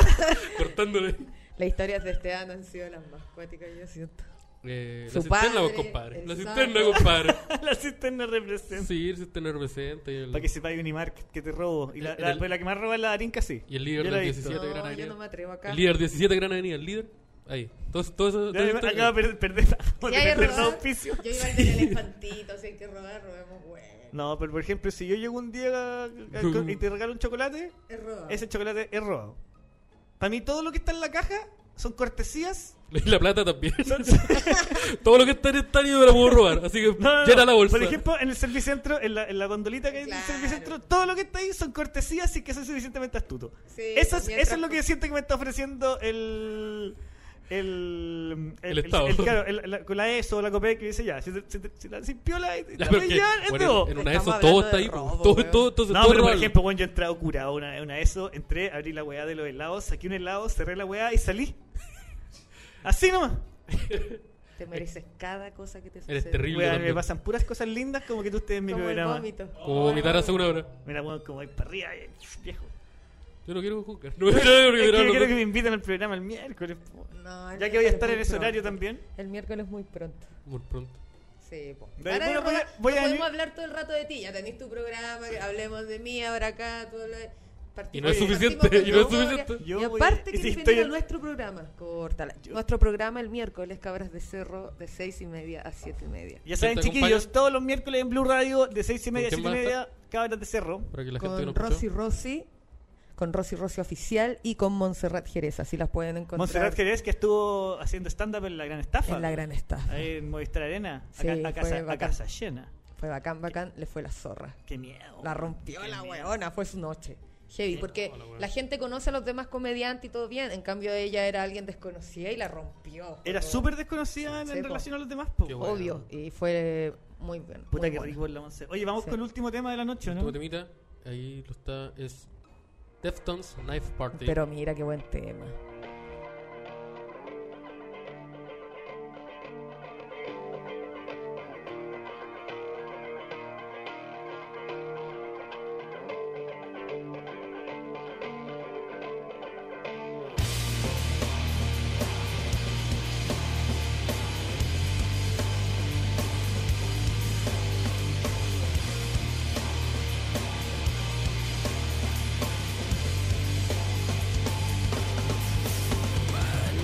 S3: *laughs*
S2: Cortándole.
S4: Las historias de Esteban han sido las más cuáticas, yo siento.
S2: Eh,
S4: Su
S2: la cisterna, vos,
S4: padre,
S2: compadre. La
S4: el
S2: cisterna,
S4: sapo.
S2: compadre.
S4: *laughs*
S3: la cisterna representa.
S2: Sí, el cisterna representa. y el-
S3: Para que sepáis Unimark que te robo. Y la,
S2: El-
S3: la,
S2: el-
S3: pues la que más roba es la Arinca, sí.
S2: Y el líder
S3: Yo
S2: del
S3: la he visto.
S2: 17 Gran
S4: No,
S2: Avenida.
S4: yo no me atrevo acá.
S2: El líder 17 Gran Avenida, el líder. Ahí. Todo, todo eso.
S3: Ya,
S2: todo
S3: además,
S2: esto-
S3: acaba de
S2: *laughs*
S3: perder, *laughs* perder,
S4: Si hay que
S3: perder
S4: robar,
S3: dos auspicios.
S4: Yo iba a tener elefantito, si hay que robar, robemos huevos.
S3: No, pero por ejemplo, si yo llego un día a- a-
S2: *laughs*
S3: y te regalo un chocolate,
S4: Es robar.
S3: ese chocolate es robado. Para mí, todo lo que está en la caja son cortesías.
S2: *laughs* Y la plata también. Todo lo que está en estadio me la puedo robar. Así que
S3: No, no, no.
S2: llena la bolsa.
S3: Por ejemplo, en el servicentro, en la, en la gondolita que hay en el
S4: Claro.
S3: servicentro, todo lo que está ahí son cortesías y que soy suficientemente astuto.
S4: Sí,
S3: eso, es,
S4: mientras-
S3: eso es lo que siento que me está ofreciendo el. El,
S2: El Estado.
S3: claro, el- la, con la ESO, la COPEC, que dice ya, si, te- si, te- si la hacís
S2: *laughs*
S3: piola, y
S2: Ya,
S3: te la
S2: porque,
S3: podés llevar, es
S2: bueno,
S3: de vos.
S2: en una de
S4: Estamos
S2: esas todo
S4: hablando
S2: está
S4: de
S2: ahí.
S4: robo,
S2: todo,
S4: weón.
S2: todo, todo,
S3: No,
S2: todo
S3: pero por
S2: robable.
S3: ejemplo, cuando yo he entrado curado una, una E ESO,
S2: *laughs*
S3: entré, abrí la weá de los helados, saqué un helado, cerré la weá y salí. Así nomás.
S5: Te mereces cada cosa que te sucede.
S2: Eres terrible.
S3: Weón, me
S2: también.
S3: pasan puras cosas lindas como que tú estés en mi
S5: Como el
S3: programa.
S5: vómito.
S2: Como vomitar hace una hora.
S3: Mira, weón, como ahí para arriba, eh, viejo.
S2: *laughs* Yo no quiero juzgar. *laughs* No quiero juzgar.
S3: Es que yo
S2: no,
S3: quiero que
S2: no.
S3: me inviten al programa el miércoles. po.
S5: No, el
S3: Ya que voy a
S5: miércoles
S3: estar en
S5: muy
S3: ese horario
S5: pronto.
S3: también.
S7: El miércoles muy pronto.
S2: Por pronto.
S5: Sí, po.
S3: De-
S5: Ahora
S3: bueno,
S5: no,
S3: voy a-
S5: no
S3: voy a
S5: podemos
S3: venir-
S5: hablar todo el rato de ti. Ya tenés tu programa, que hablemos de mí, ahora acá, todo lo
S2: Y
S5: partimos-
S2: no es
S5: partimos
S2: suficiente,
S5: con
S2: y no es
S5: Gloria.
S2: suficiente.
S3: Yo
S5: y
S3: voy-
S5: aparte
S3: y
S5: que
S3: si
S5: venir
S3: estoy
S5: a
S3: en-
S5: nuestro programa. Córtala.
S3: Yo-
S5: Nuestro programa el miércoles, cabras de cerro, de seis y media a siete y media.
S3: Ya saben,
S2: ¿Te
S3: chiquillos,
S2: acompaño?
S3: todos los miércoles en Blue Radio de 6 y media a
S2: quién
S3: 7 y
S2: vas a
S3: media, cabras de cerro.
S2: Para que la gente que
S5: Con
S2: no escuchó.
S5: Rosy Rosy, con Rosy Rosy Oficial y con Montserrat Jerez. Así las pueden encontrar
S3: Montserrat Jerez, que estuvo haciendo stand-up en La Gran Estafa.
S5: en la gran estafa.
S3: Ahí en Movistar Arena, a,
S5: Sí,
S3: ca- a
S5: fue
S3: casa, a
S5: bacán.
S3: casa llena.
S5: Fue bacán, bacán, le fue la zorra.
S3: Qué miedo.
S5: La rompió
S3: Oh, Qué
S5: la
S3: miedo.
S5: weona, fue su noche. Heavy, porque
S2: no, la weona.
S5: la gente conoce a los demás comediantes y todo bien. En cambio, ella era alguien desconocida y la rompió.
S3: Era
S5: Fue
S3: súper desconocida en,
S5: Sí,
S3: en
S5: po.
S3: relación a los demás, po.
S2: Oh. Qué bueno.
S5: Obvio, y fue muy bueno.
S3: Puta
S5: muy
S3: que
S5: bueno.
S3: rico la Monse. Oye, vamos
S5: Sí.
S3: con el último tema de la noche, ¿o
S2: Último
S3: ¿no?
S2: temita. Ahí lo está. Es Deftones Knife Party.
S5: Pero mira qué buen tema.
S8: Thank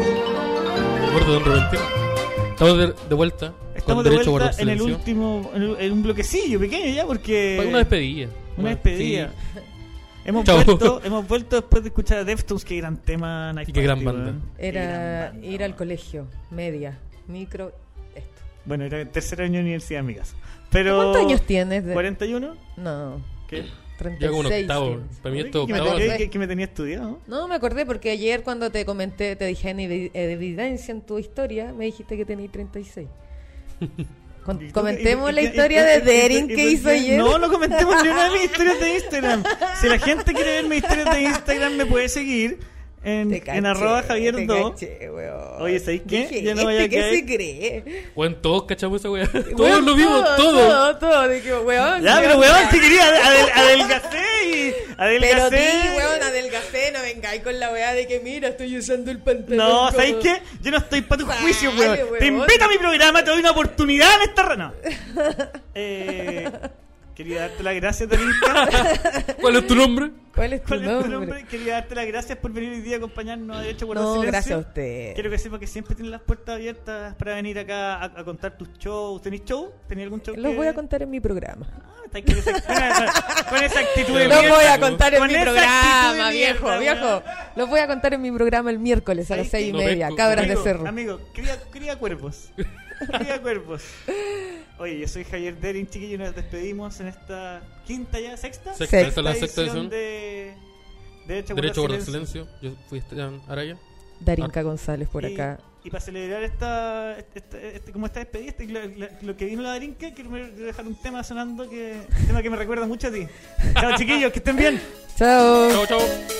S2: regreso tan repentino. Estamos de, de vuelta.
S3: Estamos
S2: con
S3: de
S2: derecho a
S3: vuelta
S2: guardar
S3: en el
S2: silencio.
S3: último, en, un- en un bloquecillo pequeño ya, porque...
S2: Fue Una despedida.
S3: Una despedida.
S2: Sí.
S3: Hemos,
S2: Chao.
S3: vuelto, hemos vuelto después de escuchar a Deftones, qué gran tema. Night
S2: Y qué gran
S3: Party,
S2: banda.
S3: weón.
S5: Era ir al colegio, media, micro, esto.
S3: Bueno, era el tercer año de universidad, amigas. Pero...
S5: ¿Cuántos años tienes? De-
S3: 41.
S5: No,
S3: ¿Qué?
S5: 36.
S2: Yo como un octavo.
S5: tienes.
S2: Para mí
S3: Uy,
S2: esto
S3: que, me
S2: octavo.
S3: tenía, que- que me tenía estudiado.
S5: No, me acordé porque ayer cuando te comenté, te dije en evi- evidencia en tu historia, me dijiste que
S3: *laughs*
S5: tenías 36. Con-
S3: ¿Y tú-
S5: comentemos
S3: y-
S5: la
S3: y-
S5: historia
S3: y-
S5: de
S3: y-
S5: Derin
S3: y- y-
S5: que hizo
S3: y-
S5: ayer.
S3: No, no comentemos ni una de mis historias de Instagram. Si la gente quiere ver mis historias de Instagram, me puede seguir en,
S5: Te
S3: en
S5: caché,
S3: arroba
S5: te
S3: Javier Do.
S5: caché, weón.
S3: Oye, ¿sabes qué?
S5: Dije,
S3: Ya no
S5: ¿este
S3: vaya a
S5: qué
S3: caer.
S5: se cree?
S2: Weón, todos cachamos esa weá. *laughs* Todos
S5: Weón,
S2: lo vimos,
S5: todo,
S2: todos.
S5: Todo, todo. Dije, weón.
S3: Ya, pero weón, si quería adel- adelgacé y
S5: Pero
S3: adelgacé.
S5: di, weón, adelgacé, no vengáis con la weá de que mira, estoy usando el pantalón.
S3: no,
S5: como-
S3: ¿sabes qué? Yo no estoy para tu
S5: Vale,
S3: juicio, weón. Te
S5: weón.
S3: invito a mi programa, te doy una oportunidad en esta... ra-
S5: *laughs*
S3: No. Eh, quería darte las gracias, Darita.
S5: *laughs*
S2: ¿Cuál es tu nombre?
S5: ¿Cuál es tu
S3: ¿Cuál es
S5: nombre?
S3: tu nombre? Quería darte las gracias por venir hoy día a acompañarnos a Derecho a Guardar
S5: No,
S3: Silencio.
S5: gracias a usted.
S3: Quiero que sepa que siempre tienes las puertas abiertas para venir acá a, a contar tus shows. ¿Tenís show? ¿Tenís algún show?
S5: Los
S3: que-
S5: voy a contar en mi programa.
S3: Ah, está ahí con, esa, con esa- *laughs* con esa actitud de
S5: Los
S3: mierda.
S5: voy a contar en
S3: Con
S5: mi
S3: esa actitud
S5: programa,
S3: de mierda,
S5: viejo,
S3: weón.
S5: viejo. Los voy a contar en mi programa el miércoles a las
S3: ¿Sabes
S5: seis y
S2: No
S3: qué?
S5: media,
S2: pesco.
S5: cabras
S3: amigo,
S5: de cerro.
S3: Amigo, cría, cría cuervos. Cría cuervos. Oye, yo soy Javier Derin, chiquillo, y nos despedimos en esta quinta ya, sexta.
S2: Sexta,
S5: Sexta.
S2: esta es la sexta edición.
S3: de Derecho
S2: Derecho
S3: a Guardar
S2: a guardar
S3: Silencio.
S2: silencio. Yo fui Esteban Araya.
S5: Darinka González por
S3: y,
S5: acá.
S3: Y para celebrar esta, esta- este- como esta despedida, este- lo, lo- lo que vino la darinca, quiero me- quiero dejar un tema sonando que un tema que me recuerda mucho a ti. Chao chiquillos, que estén bien.
S5: Chao.
S2: Chao, chao.